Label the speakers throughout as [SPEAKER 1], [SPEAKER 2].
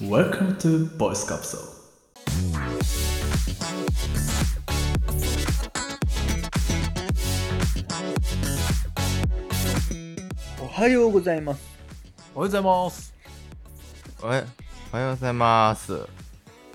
[SPEAKER 1] Welcome to Voice Capsule.
[SPEAKER 2] おはようございます。
[SPEAKER 3] おはようございます。
[SPEAKER 4] おはおはようございます。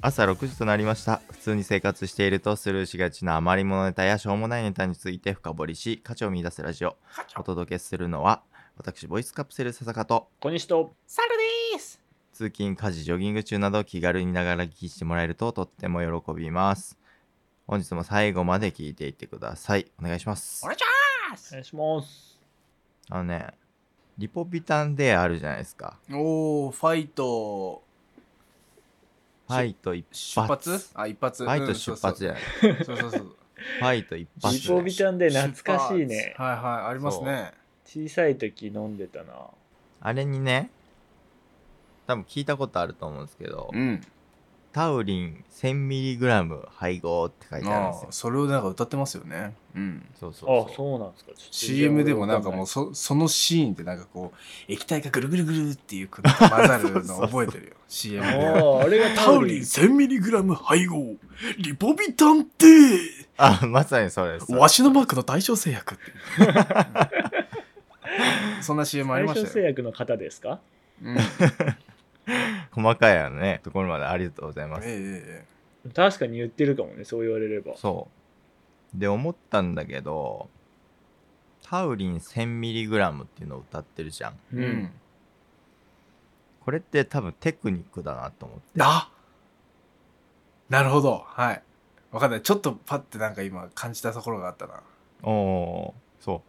[SPEAKER 4] 朝6時となりました。普通に生活しているとスルーしがちな余り物ネタやしょうもないネタについて深掘りし、価値を見出すラジオ。お届けするのは、私、ボイスカプセル笹香と、
[SPEAKER 2] 小西と、
[SPEAKER 3] サルです。
[SPEAKER 4] 通勤、家事、ジョギング中など気軽にながら聞きしてもらえるととっても喜びます。本日も最後まで聞いていってください。お願いします
[SPEAKER 3] お。願いし
[SPEAKER 2] お願いします。
[SPEAKER 4] あのね、リポビタンデーあるじゃないですか。
[SPEAKER 3] ます。おお、ファイト
[SPEAKER 4] ファイト一
[SPEAKER 3] 出
[SPEAKER 4] 発。
[SPEAKER 3] 発あ、一発。
[SPEAKER 4] ファイ
[SPEAKER 3] う
[SPEAKER 4] ト
[SPEAKER 3] ん
[SPEAKER 4] 出発じゃない。
[SPEAKER 3] そうそうそうそうそう。
[SPEAKER 4] ファイト一発。
[SPEAKER 2] ジボビタンで懐かしいね
[SPEAKER 3] 出。発はいはい、ありますね。
[SPEAKER 2] 小さい時飲んでたな。
[SPEAKER 4] あれにね、多分聞いたことあると思うんですけど、
[SPEAKER 3] ん。
[SPEAKER 4] タウリン 1000mg 配合って書いてあるん
[SPEAKER 3] あ
[SPEAKER 4] ですよ
[SPEAKER 3] あ、。それをなんか歌ってますよね。うん。
[SPEAKER 4] そうそう
[SPEAKER 2] あ
[SPEAKER 4] そう、
[SPEAKER 2] そうなんですか。
[SPEAKER 3] CM でもなんかもうそそのシーンってなんかこう液体がぐるぐるぐるっていうことが混ざるのを覚えて るよ CM
[SPEAKER 2] あ
[SPEAKER 3] で
[SPEAKER 2] あ、あ れがタオリン。
[SPEAKER 3] 1000mg 配合リポビタンって
[SPEAKER 4] あ、まさにそうです。
[SPEAKER 3] しのマークの対象製薬っていううんそんな CM あ
[SPEAKER 2] 最
[SPEAKER 3] りまし
[SPEAKER 2] 初
[SPEAKER 3] た
[SPEAKER 2] 製
[SPEAKER 3] よ、
[SPEAKER 2] 薬の方ですか
[SPEAKER 3] うん、え
[SPEAKER 4] 細かいあのね、ところまでありがとうございます。
[SPEAKER 3] え
[SPEAKER 2] 確かに言ってるかもね、そう言われれば。
[SPEAKER 4] そう。で、思ったんだけど、タウリン 1000mg っていうのを歌ってるじゃん。
[SPEAKER 3] えええうん、
[SPEAKER 4] これって多分テクニックだなと思って。
[SPEAKER 3] あなるほどはいわかんないちょっとパッてなんか今感じたところがあったな
[SPEAKER 4] おーそう。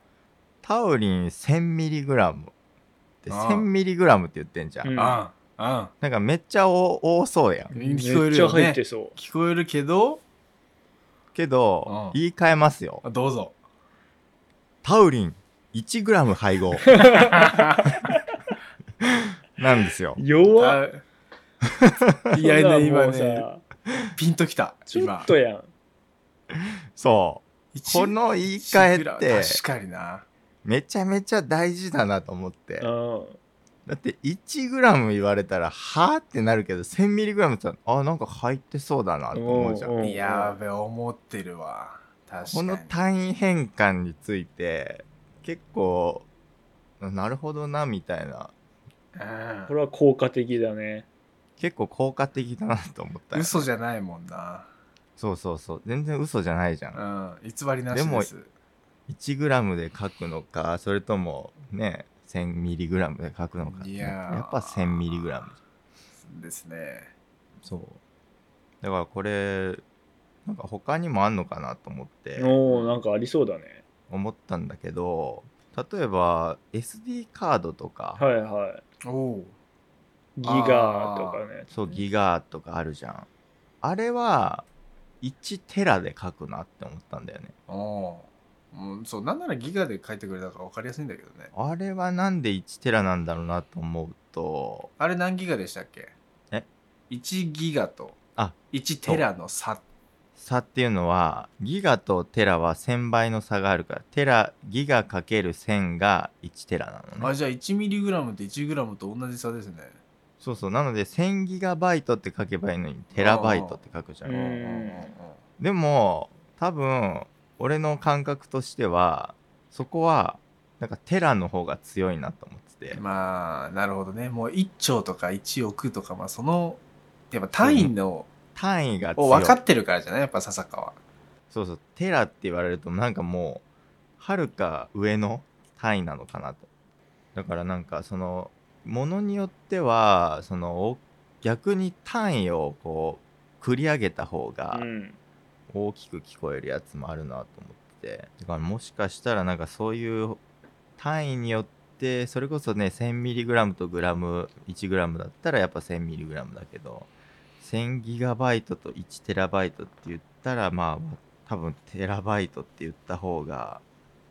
[SPEAKER 4] タウリン 1000mg って
[SPEAKER 3] ああ
[SPEAKER 4] 1000mg って言ってんじゃん。
[SPEAKER 2] うん
[SPEAKER 3] うんうん
[SPEAKER 4] なんかめっちゃ多多そうやん。
[SPEAKER 2] めっ
[SPEAKER 3] 聞こえる
[SPEAKER 2] ちゃ
[SPEAKER 3] よ
[SPEAKER 2] 入
[SPEAKER 3] ね
[SPEAKER 2] ってそう。
[SPEAKER 3] 聞こえるけど
[SPEAKER 4] けど、
[SPEAKER 3] うん
[SPEAKER 4] 言い換えますよ
[SPEAKER 3] あ。どうぞ
[SPEAKER 4] タウリン 1g 配合なんですよ。
[SPEAKER 2] 弱っ
[SPEAKER 3] あいやいや今
[SPEAKER 2] そんなん
[SPEAKER 3] ね
[SPEAKER 2] もうさ
[SPEAKER 3] ピンときた
[SPEAKER 2] ちょ
[SPEAKER 3] 今
[SPEAKER 2] っとやん。
[SPEAKER 4] そう。
[SPEAKER 3] 一
[SPEAKER 4] この言い換えっ
[SPEAKER 3] 一
[SPEAKER 4] て
[SPEAKER 3] グラム確かにな
[SPEAKER 4] めちゃめちゃ大事だなと思って。
[SPEAKER 2] うん
[SPEAKER 4] だって 1g 言われたらはあってなるけど 1000mg って言ったらあなんか入ってそうだなと思うじゃん。
[SPEAKER 2] おうおう
[SPEAKER 3] やべ思ってるわ確か
[SPEAKER 4] こ
[SPEAKER 3] に
[SPEAKER 4] の単位変換について結構なるほどなみたいな
[SPEAKER 3] うん
[SPEAKER 2] これは効果的だね。
[SPEAKER 4] 結構効果的だなと思ったよ
[SPEAKER 3] 嘘じゃないもんな、
[SPEAKER 4] そうそうそう全然嘘じゃないじゃん。
[SPEAKER 3] うん、偽りなしです
[SPEAKER 4] 1g で書くのかそれともね 1000mg で書くのかって
[SPEAKER 3] いやー
[SPEAKER 4] やっぱ 1000mg
[SPEAKER 3] ですね
[SPEAKER 4] そうだからこれなんか他にもあんのかなと思って
[SPEAKER 2] おお、なんかありそうだね。
[SPEAKER 4] 思ったんだけど例えば SD カードとか、
[SPEAKER 2] はいはい。
[SPEAKER 3] おお
[SPEAKER 2] ギガとかね。
[SPEAKER 4] そうギガとかあるじゃんあれは1テラで書くなって思ったんだよね
[SPEAKER 3] おーうん、そうなんならギガで書いてくれたから分かりやすいんだけどね
[SPEAKER 4] あれはなんで1テラなんだろうなと思うと
[SPEAKER 3] あれ何ギガでしたっけ
[SPEAKER 4] え
[SPEAKER 3] ?1 ギガと
[SPEAKER 4] あ
[SPEAKER 3] 1テラの差
[SPEAKER 4] 差っていうのはギガとテラは1000倍の差があるからテラギガかける1000が1テラなのね
[SPEAKER 3] あじゃあ1ミリグラムと1グラムと同じ差ですね
[SPEAKER 4] そうそうなので1000ギガバイトって書けばいいのにテラバイトって書くじゃ
[SPEAKER 2] うんん
[SPEAKER 4] でも多分俺の感覚としてはそこはなんかテラの方が強いなと思ってて
[SPEAKER 3] まあなるほどねもう1兆とか1億とかまあそのやっぱ単位の
[SPEAKER 4] 単位が
[SPEAKER 3] を
[SPEAKER 4] 強い
[SPEAKER 3] 分かってるからじゃないやっぱ笹川
[SPEAKER 4] そうそうテラって言われるとなんかもうはるか上の単位なのかなとだからなんかそのものによってはそのお逆に単位をこう繰り上げた方が
[SPEAKER 2] うん。
[SPEAKER 4] 大きく聞こえるやつもあるなと思っててだからもしかしたらなんかそういう単位によってそれこそね 1000mg とグラム 1g だったらやっぱ 1000mg だけど 1000GB と 1TB って言ったらまあ多分テラバイトって言った方が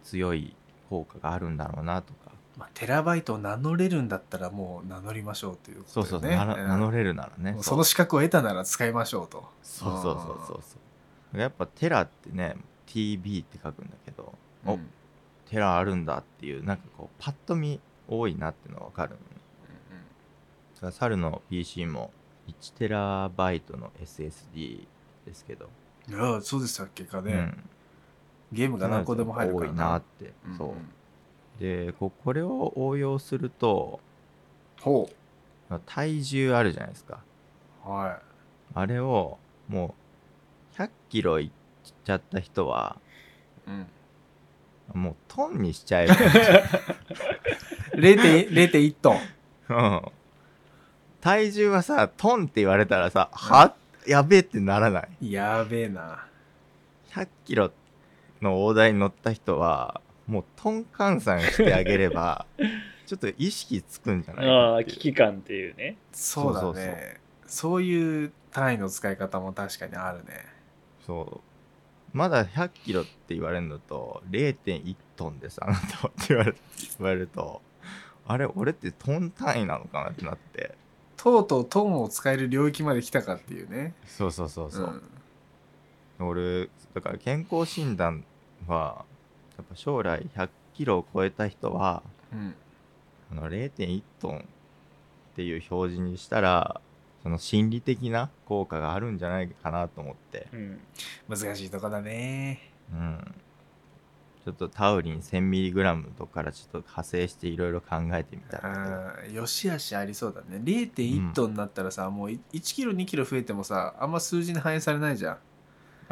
[SPEAKER 4] 強い効果があるんだろうなとか
[SPEAKER 3] まあ、テラバイトを名乗れるんだったらもう名乗りましょうということ
[SPEAKER 4] そう
[SPEAKER 3] で、ね、
[SPEAKER 4] そう、なら
[SPEAKER 3] ん
[SPEAKER 4] 名乗れるならね
[SPEAKER 3] もう
[SPEAKER 4] そ
[SPEAKER 3] そうの資格を得たなら使いましょうと
[SPEAKER 4] そうそうそうそうそうやっぱテラってね TB って書くんだけど、お
[SPEAKER 3] うん
[SPEAKER 4] テラあるんだっていうなんかこうパッと見多いなっていうのが分かるのねだから猿の PC も1テラバイトの SSD ですけど、
[SPEAKER 3] いやあそうでしたっけかね、
[SPEAKER 4] うん
[SPEAKER 3] ゲームが何個でも入るから
[SPEAKER 4] 多いなって、
[SPEAKER 3] うん
[SPEAKER 4] そうでここれを応用すると
[SPEAKER 3] ほ
[SPEAKER 4] 体重あるじゃないですか
[SPEAKER 3] うは、
[SPEAKER 4] あれをもう100キロいっちゃった人はい
[SPEAKER 3] うん、
[SPEAKER 4] もうトンにしちゃえば
[SPEAKER 3] 0.1トン
[SPEAKER 4] うん体重はさトンって言われたらさはやべえってならない
[SPEAKER 3] やべえな
[SPEAKER 4] 100キロの大台に乗った人はもうトン換算してあげ ればちょっと意識つくんじゃない
[SPEAKER 2] あ
[SPEAKER 4] か
[SPEAKER 2] あ
[SPEAKER 4] って
[SPEAKER 2] 危
[SPEAKER 4] いう
[SPEAKER 2] 機感っていうね
[SPEAKER 3] そうだねそう
[SPEAKER 4] そ
[SPEAKER 3] う
[SPEAKER 4] そうそう
[SPEAKER 3] いう単位の使い方も確かにあるね
[SPEAKER 4] そうまだ100キロって言われるのと0.1トンですあなたはって言われ言われるとあれ俺ってトン単位なのかなってなって
[SPEAKER 3] とうとうトンを使える領域まで来たかっていうね
[SPEAKER 4] そうそうそうそうう、
[SPEAKER 3] ん
[SPEAKER 4] 俺だから健康診断はやっぱ将来100キロを超えた人は
[SPEAKER 3] うん
[SPEAKER 4] あの0.1トンっていう表示にしたらその心理的な効果があるんじゃないかなと思って、
[SPEAKER 2] うん
[SPEAKER 3] 難しいとこだね
[SPEAKER 4] うん、ちょっとタウリン 1000mg とかからちょっと派生していろいろ考えてみたんだけど
[SPEAKER 3] あーよしあしありそうだね0.1トンになったらさ、もう1キロ2キロ増えてもさあんま数字に反映されないじゃん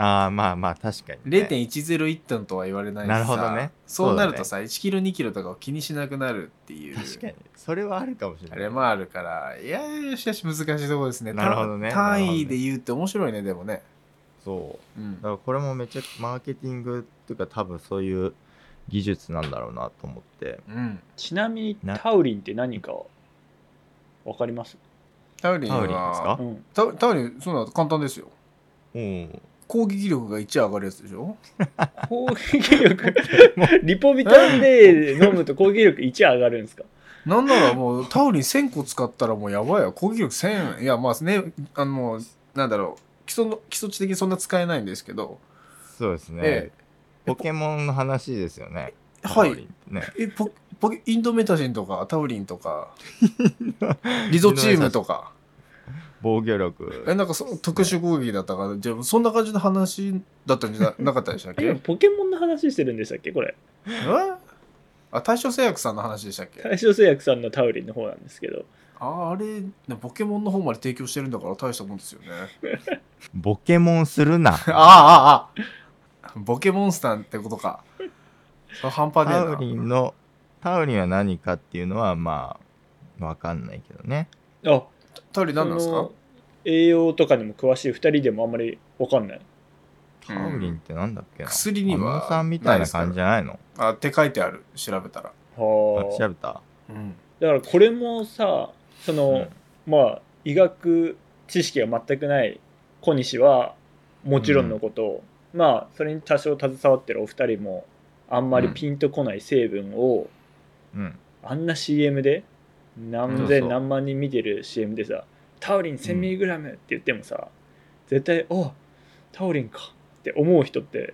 [SPEAKER 4] ああまあまあ確かに、ね、
[SPEAKER 3] 0.101トンとは言われないしさ
[SPEAKER 4] なるほどね
[SPEAKER 3] そうなるとさ、1キロ2キロとかを気にしなくなるっていう
[SPEAKER 4] 確かにそれはあるかもしれな
[SPEAKER 3] あ
[SPEAKER 4] い
[SPEAKER 3] れもあるからいやよしあし難しいとこですね
[SPEAKER 4] なるほどね
[SPEAKER 3] た
[SPEAKER 4] なるほどね
[SPEAKER 3] 単位で言うって面白いねでもね
[SPEAKER 4] そう
[SPEAKER 3] うん
[SPEAKER 4] だからこれもめっちゃマーケティングっていうか多分そういう技術なんだろうなと思って
[SPEAKER 3] うん
[SPEAKER 2] ちなみに
[SPEAKER 4] な
[SPEAKER 2] タウリンって何かわかります
[SPEAKER 3] タウリン
[SPEAKER 4] タウリンですか
[SPEAKER 3] は
[SPEAKER 2] うん
[SPEAKER 3] タタウリンそんなの簡単ですよ
[SPEAKER 4] おお
[SPEAKER 3] 攻撃力が1上がるやつでしょ
[SPEAKER 2] 攻撃 力リポビタンで飲むと攻撃力1上がるんですか
[SPEAKER 3] なんなら もうタウリン1000個使ったらもうやばいよ攻撃力1000いやまあねあのもうなんだろう基礎の基礎知的にそんな使えないんですけど
[SPEAKER 4] そうですね、
[SPEAKER 3] え
[SPEAKER 4] ポケモンの話ですよね
[SPEAKER 3] は
[SPEAKER 4] タウリ
[SPEAKER 3] い
[SPEAKER 4] ンね
[SPEAKER 3] えポポインドメタジンとかタウリンとか リゾチームとか
[SPEAKER 4] 防御力
[SPEAKER 3] えなんかその特殊攻撃だったからじゃあそんな感じの話だったんじゃなな かったでしたっ
[SPEAKER 2] 今
[SPEAKER 3] け
[SPEAKER 2] ポケモンの話してるんでしたっけこれ
[SPEAKER 3] えあ大正製薬さんの話でしたっけ
[SPEAKER 2] 大正製薬さんのタウリンの方なんですけど
[SPEAKER 3] ああれポケモンの方まで提供してるんだから大したもんですよね
[SPEAKER 4] ボケモンするな
[SPEAKER 3] あああああボケモンスターってことかそれ半端ねえ
[SPEAKER 4] タ
[SPEAKER 3] な
[SPEAKER 4] ウリンのタウリンは何かっていうのはまあわかんないけどね
[SPEAKER 2] あ
[SPEAKER 3] タウリン何なんです
[SPEAKER 2] そ
[SPEAKER 3] か
[SPEAKER 2] の栄養とかにも詳しい2人でもあんまりわかんない
[SPEAKER 4] タウリンってなんだっけな
[SPEAKER 3] 薬には
[SPEAKER 4] アミノ酸みたいな感じじゃないの
[SPEAKER 3] あって書いてある調べたら
[SPEAKER 4] あ
[SPEAKER 2] は
[SPEAKER 4] 調
[SPEAKER 2] あ
[SPEAKER 4] べた
[SPEAKER 3] うん
[SPEAKER 2] だからこれもさその、まあ医学知識が全くない小西はもちろんのこと、まあそれに多少携わってるお二人もあんまりピンとこない成分を、
[SPEAKER 4] うんうん
[SPEAKER 2] あんな CM で何
[SPEAKER 4] そう
[SPEAKER 2] 千
[SPEAKER 4] そう
[SPEAKER 2] 何万人見てる CM でさ「タオリン 1000mg」って言ってもさ、絶対「あタオリンか」って思う人って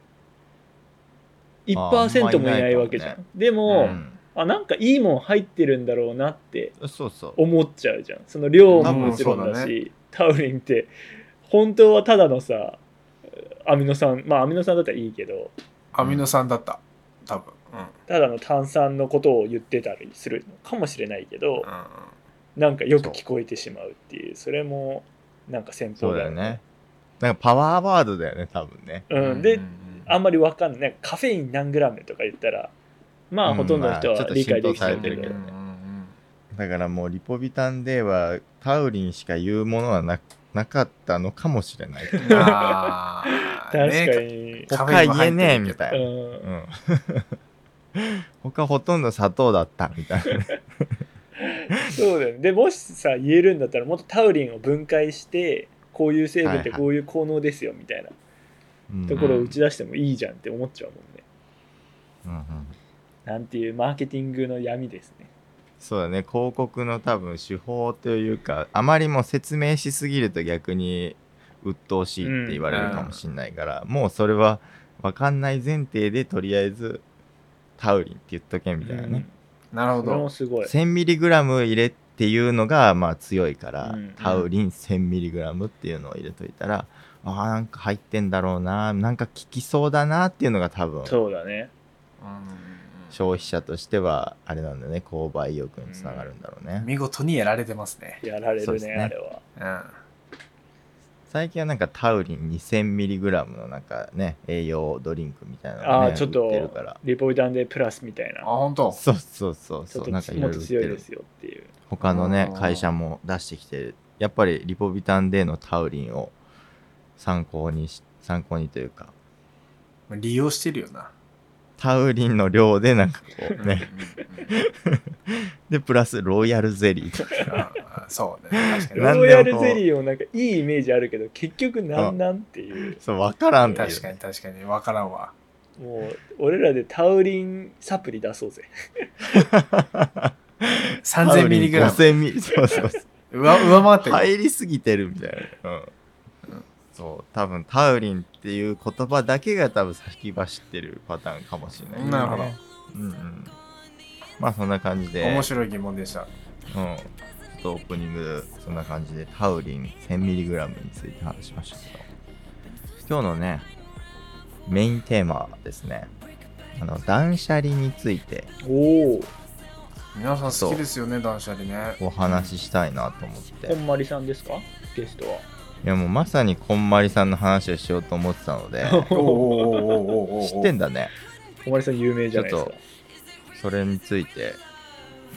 [SPEAKER 4] ああんまいないか
[SPEAKER 2] 1%
[SPEAKER 4] も
[SPEAKER 2] も
[SPEAKER 4] ね
[SPEAKER 2] いないわけじゃん、でも、
[SPEAKER 4] うん
[SPEAKER 2] あなんかいいもん入ってるんだろうなって
[SPEAKER 4] そうそう
[SPEAKER 2] 思っちゃうじゃんその量ももちろんだ
[SPEAKER 3] 多分そうだ
[SPEAKER 2] しタオリンって本当はただのさアミノ酸まあアミノ酸だったらいいけど
[SPEAKER 3] アミノ酸だった多分うんうん
[SPEAKER 2] ただの炭酸のことを言ってたりするのかもしれないけど、
[SPEAKER 3] うん
[SPEAKER 2] なんかよく聞こえてしまうっていうそれもなんか戦
[SPEAKER 4] そ
[SPEAKER 2] 法
[SPEAKER 4] う
[SPEAKER 2] だ
[SPEAKER 4] だ
[SPEAKER 2] よ
[SPEAKER 4] よね
[SPEAKER 2] ね。
[SPEAKER 4] なんかパワーワードだよね多分ね
[SPEAKER 2] うん、で、
[SPEAKER 3] う
[SPEAKER 2] あんまりわかんないなんかカフェイン何グラムとか言ったらまあ
[SPEAKER 4] うん
[SPEAKER 2] ほとんどの人
[SPEAKER 4] まあち
[SPEAKER 2] は
[SPEAKER 4] ょっと
[SPEAKER 2] 理解できちゃう
[SPEAKER 4] 浸透さ
[SPEAKER 2] け
[SPEAKER 4] れてる
[SPEAKER 2] ど、
[SPEAKER 4] けどね
[SPEAKER 3] うんうんうん
[SPEAKER 4] だからもうリポビタンではタウリンしか言うものはななかったのかもしれない
[SPEAKER 3] あー
[SPEAKER 2] 確か
[SPEAKER 3] ね
[SPEAKER 2] に、
[SPEAKER 3] カフ
[SPEAKER 4] 他
[SPEAKER 3] ェインは入ってるけど
[SPEAKER 4] 言えねえみた
[SPEAKER 2] う、
[SPEAKER 4] いな、うんん、他ほとんど 砂糖だったみたいな
[SPEAKER 2] そうだよねでもしさ言えるんだったらもっとタウリンを分解してこういう成分ってこういう効能ですよみたいな
[SPEAKER 4] うん
[SPEAKER 2] ところを打ち出してもいいじゃんって思っちゃうもんね、
[SPEAKER 4] うんうん
[SPEAKER 2] なんていうマーケティングの闇ですね
[SPEAKER 4] そうだね広告の多分手法というかあまりもう説明しすぎると逆に鬱陶しいって言われるかもしれないから、もうそれは分かんない前提でとりあえずタウリンって言っとけみたいなね、
[SPEAKER 3] なるほ
[SPEAKER 2] これも
[SPEAKER 3] ど
[SPEAKER 2] すごい
[SPEAKER 4] 1000mg 入れっていうのがまあ強いから、
[SPEAKER 2] うん
[SPEAKER 4] タウリン 1000mg っていうのを入れといたらあーなんか入ってんだろうななんか効きそうだなっていうのが多分
[SPEAKER 2] そうだね
[SPEAKER 4] 消費者としてはあれなんだよね購買意欲につながるんだろうね、
[SPEAKER 3] 見事にやられてますね。
[SPEAKER 2] やられ
[SPEAKER 4] そ
[SPEAKER 2] る
[SPEAKER 4] う
[SPEAKER 2] ね
[SPEAKER 4] ですね
[SPEAKER 2] あれは
[SPEAKER 3] うん。
[SPEAKER 4] 最近はなんかタウリン 2000mg のなんかね栄養ドリンクみたいなの
[SPEAKER 2] あ
[SPEAKER 4] が、
[SPEAKER 2] あ
[SPEAKER 4] ね、
[SPEAKER 2] ちょっ
[SPEAKER 4] 売ってる
[SPEAKER 2] と
[SPEAKER 4] から
[SPEAKER 2] リポビタンでプラスみたい
[SPEAKER 3] あ、
[SPEAKER 2] な
[SPEAKER 3] 本当。
[SPEAKER 4] そうそうそ
[SPEAKER 2] ち
[SPEAKER 4] う
[SPEAKER 2] ょ
[SPEAKER 4] そ
[SPEAKER 2] っ
[SPEAKER 4] う
[SPEAKER 2] と
[SPEAKER 4] なんかい
[SPEAKER 2] も
[SPEAKER 4] ろ
[SPEAKER 2] っ
[SPEAKER 4] い
[SPEAKER 2] と
[SPEAKER 4] ろ売って
[SPEAKER 2] 強い
[SPEAKER 4] る
[SPEAKER 2] ですよっていう
[SPEAKER 4] 他のね
[SPEAKER 3] あー
[SPEAKER 4] 会社も出してきてるやっぱりリポビタン D のタウリンを参考にし参考にというか
[SPEAKER 3] 利用してるよな。
[SPEAKER 4] タウリンの量でなんかこう ね
[SPEAKER 3] うん。
[SPEAKER 4] でプラスロイヤルゼリーとか
[SPEAKER 3] あそうね。確かに。
[SPEAKER 2] ロ
[SPEAKER 4] なん
[SPEAKER 2] ー
[SPEAKER 4] でも
[SPEAKER 2] ヤ
[SPEAKER 4] こう
[SPEAKER 2] ルゼリーもなんかいいイメージあるけど結局なんなんっていう
[SPEAKER 4] そう分からんっていう
[SPEAKER 3] 確かに確かに。わからんわ。
[SPEAKER 2] もう俺らでタウリンサプリ出そうぜ
[SPEAKER 3] 3000mg。
[SPEAKER 4] 5000ミリそうそうそう
[SPEAKER 3] 上上回ってる。
[SPEAKER 4] 入りすぎてるみたいな、うんそう多分タウリンっていう言葉だけが多分先走ってるパターンかもしれない、
[SPEAKER 3] なるほど。
[SPEAKER 4] うんうん、まあそんな感じで
[SPEAKER 3] 面白い疑問でした。
[SPEAKER 4] うん、ちょっとオープニングそんな感じでタウリン 1000mg について話しましたけど今日のねメインテーマはですねあの断捨離について
[SPEAKER 2] おお
[SPEAKER 3] 皆さん好きですよね、断捨離ね。
[SPEAKER 4] お話ししたいなと思って、
[SPEAKER 2] こ
[SPEAKER 4] い
[SPEAKER 2] んまりさんですかゲストは
[SPEAKER 4] やもうまさにこんまりさんの話をしようと思ってたので
[SPEAKER 3] おーおーおー おーおーおー
[SPEAKER 4] 知ってんだね
[SPEAKER 2] こんまりさん有名じゃないですか
[SPEAKER 4] ちょそれについて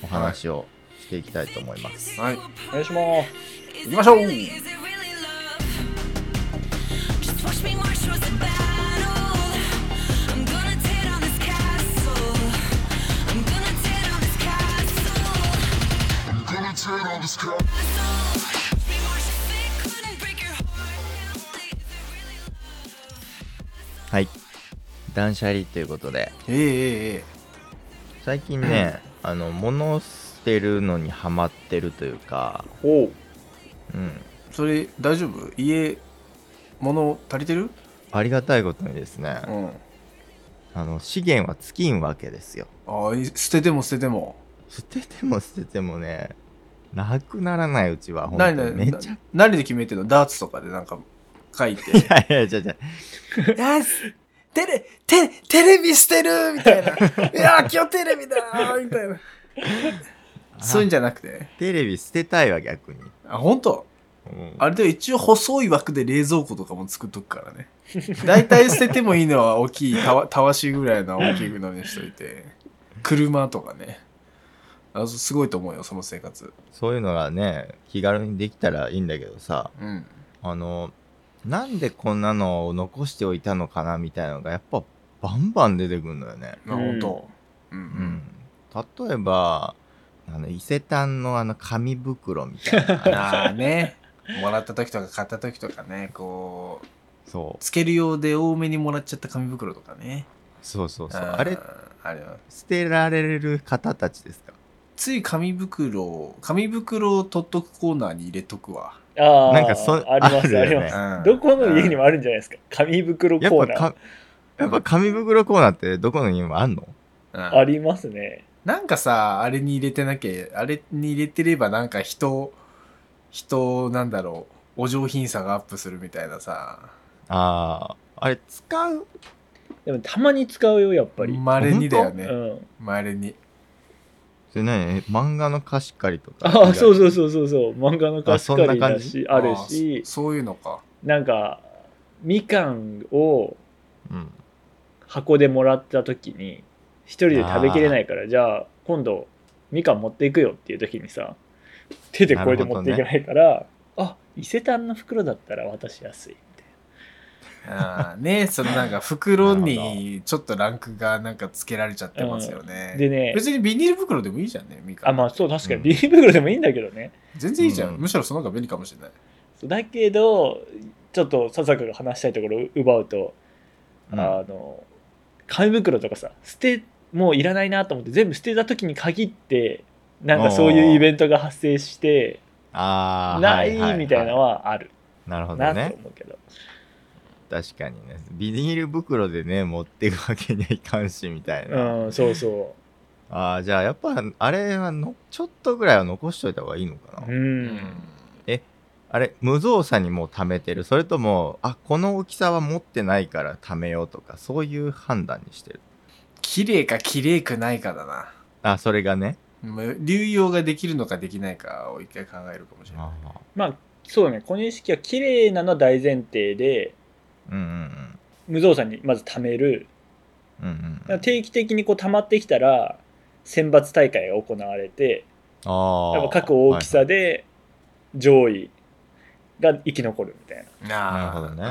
[SPEAKER 4] お話をしていきたいと思います、
[SPEAKER 3] はい。
[SPEAKER 2] お願いします
[SPEAKER 3] 行きましょう
[SPEAKER 5] Just watch me march towards the battle. I'm gonna tear down this castle. I'm gonna tear down this castle.
[SPEAKER 6] I'm gonna turn on this cop.
[SPEAKER 5] Watch me march if it couldn't break your heart. Is it really love?
[SPEAKER 4] はい断捨離ということで
[SPEAKER 3] えええええ
[SPEAKER 4] 最近ね、あの物を捨てるのにハマってるというか、
[SPEAKER 2] おお
[SPEAKER 4] うん、
[SPEAKER 3] えそれ大丈夫家物足りてる
[SPEAKER 4] ありがたいことにですね、
[SPEAKER 3] うん
[SPEAKER 4] あの資源は尽きんわけですよ
[SPEAKER 3] ああい捨てても捨てても
[SPEAKER 4] 捨てても捨ててもねなくならないうちは本当
[SPEAKER 3] 何
[SPEAKER 4] に
[SPEAKER 3] 何
[SPEAKER 4] めちゃく
[SPEAKER 3] 何で決めてんのダーツとかでなんか書い て
[SPEAKER 4] ちゃいやいや違う違う
[SPEAKER 3] 「あすテレテテレビ捨てる!」みたいな「いやー今日テレビだー!」みたい なそういうんじゃなくて
[SPEAKER 4] テレビ捨てたいわ逆に、
[SPEAKER 3] あ本当
[SPEAKER 4] うん
[SPEAKER 3] あれでも一応細い枠で冷蔵庫とかも作っとくからね大体捨ててもいいのは大きいたわたわしぐらいの大きいのにしといて車とかねあそうすごいと思うよその生活
[SPEAKER 4] そういうのがね気軽にできたらいいんだけどさ
[SPEAKER 3] うん
[SPEAKER 4] あのなんでこんなのを残しておいたのかなみたいなのがやっぱバンバン出てくるのよね
[SPEAKER 3] まあ本当うんう
[SPEAKER 4] うんん例えばあの伊勢丹のあの紙袋みた いなあの
[SPEAKER 3] ああねもらった時とか買った時とかねこう
[SPEAKER 4] そう
[SPEAKER 3] つけるようで多めにもらっちゃった紙袋とかね
[SPEAKER 4] そうそうそう
[SPEAKER 3] ー
[SPEAKER 4] あれ
[SPEAKER 3] あれは
[SPEAKER 4] 捨てられる方たちですか
[SPEAKER 3] つい紙袋を紙袋を取っとくコーナーに入れとくわ、
[SPEAKER 2] ああ
[SPEAKER 4] なんかそ
[SPEAKER 2] ありますあ
[SPEAKER 4] あ
[SPEAKER 2] り
[SPEAKER 4] るよね
[SPEAKER 2] ます
[SPEAKER 3] うん
[SPEAKER 2] どこの家にもあるんじゃないですか紙袋コ
[SPEAKER 4] やっぱ
[SPEAKER 2] ーナー
[SPEAKER 4] かやっぱ紙袋コーナーってどこの家にもあんの
[SPEAKER 3] うん
[SPEAKER 2] ありますね
[SPEAKER 3] なんかさあれに入れてなきゃあれに入れてればなんか人人なんだろうお上品さがアップするみたいなさ
[SPEAKER 4] あああれ使う
[SPEAKER 2] でもたまに使うよやっぱり、
[SPEAKER 3] まれにだよ
[SPEAKER 2] う
[SPEAKER 3] ね
[SPEAKER 2] ん、
[SPEAKER 3] まれに
[SPEAKER 4] それ何漫画の貸し借りとか
[SPEAKER 2] ああそうそうそうそうそう漫画の貸し借り
[SPEAKER 4] あそんな
[SPEAKER 2] だ
[SPEAKER 4] 感
[SPEAKER 2] し
[SPEAKER 4] じ
[SPEAKER 2] あるし
[SPEAKER 3] ーそそういうのか
[SPEAKER 2] なんかみかんを
[SPEAKER 4] うん、
[SPEAKER 2] 箱でもらった時に一人で食べきれないからじゃあ今度みかん持っていくよっていう時にさ手でこれで持っていけないから、あ伊勢丹の袋だったら渡しやすいみたい
[SPEAKER 3] あーねそのなんか袋にちょっとランクがなんかつけられちゃってますよね、
[SPEAKER 2] なでね
[SPEAKER 3] 別にビニール袋でもいいじゃんねみかん
[SPEAKER 2] あまあそう確かに
[SPEAKER 4] うん
[SPEAKER 2] ビニール袋でもいいんだけどね、
[SPEAKER 3] 全然いいじゃん、
[SPEAKER 4] うん
[SPEAKER 3] むしろその方が便利かもしれない
[SPEAKER 2] そうだけどちょっと笹川が話したいところを奪うと、
[SPEAKER 4] うん
[SPEAKER 2] あの紙袋とかさ捨てもういらないなと思って全部捨てた時に限ってなんかそういうイベントが発生して
[SPEAKER 4] ああ
[SPEAKER 2] ないみたいなのはある
[SPEAKER 4] なるほど
[SPEAKER 2] なと
[SPEAKER 4] ね
[SPEAKER 2] 思うけど、
[SPEAKER 4] 確かにねビニール袋でね持っていくわけにはいかんしみたいな、
[SPEAKER 2] うんそうそう
[SPEAKER 4] ああ、じゃあやっぱ、あれはの、ちょっとぐらいは残しといた方がいいのかな。
[SPEAKER 2] うん。
[SPEAKER 4] あれ、無造作にもう貯めてる。それとも、あ、この大きさは持ってないから貯めようとか、そういう判断にしてる。
[SPEAKER 3] 綺麗か綺麗くないかだな。
[SPEAKER 4] あ、それがね。
[SPEAKER 3] まあ流用ができるのかできないかを一回考えるかもしれない。
[SPEAKER 4] ああ
[SPEAKER 2] まあ、そうだね。小錦は綺麗なのは大前提で、
[SPEAKER 4] うんうん
[SPEAKER 2] 無造作にまず貯める。
[SPEAKER 4] うん。うんう
[SPEAKER 2] だから
[SPEAKER 4] ん、
[SPEAKER 2] 定期的にこう溜まってきたら、選抜大会が行われて、
[SPEAKER 4] ああ。
[SPEAKER 2] やっぱ各大きさで上位が生き残るみたいな。
[SPEAKER 3] な
[SPEAKER 4] なるほどね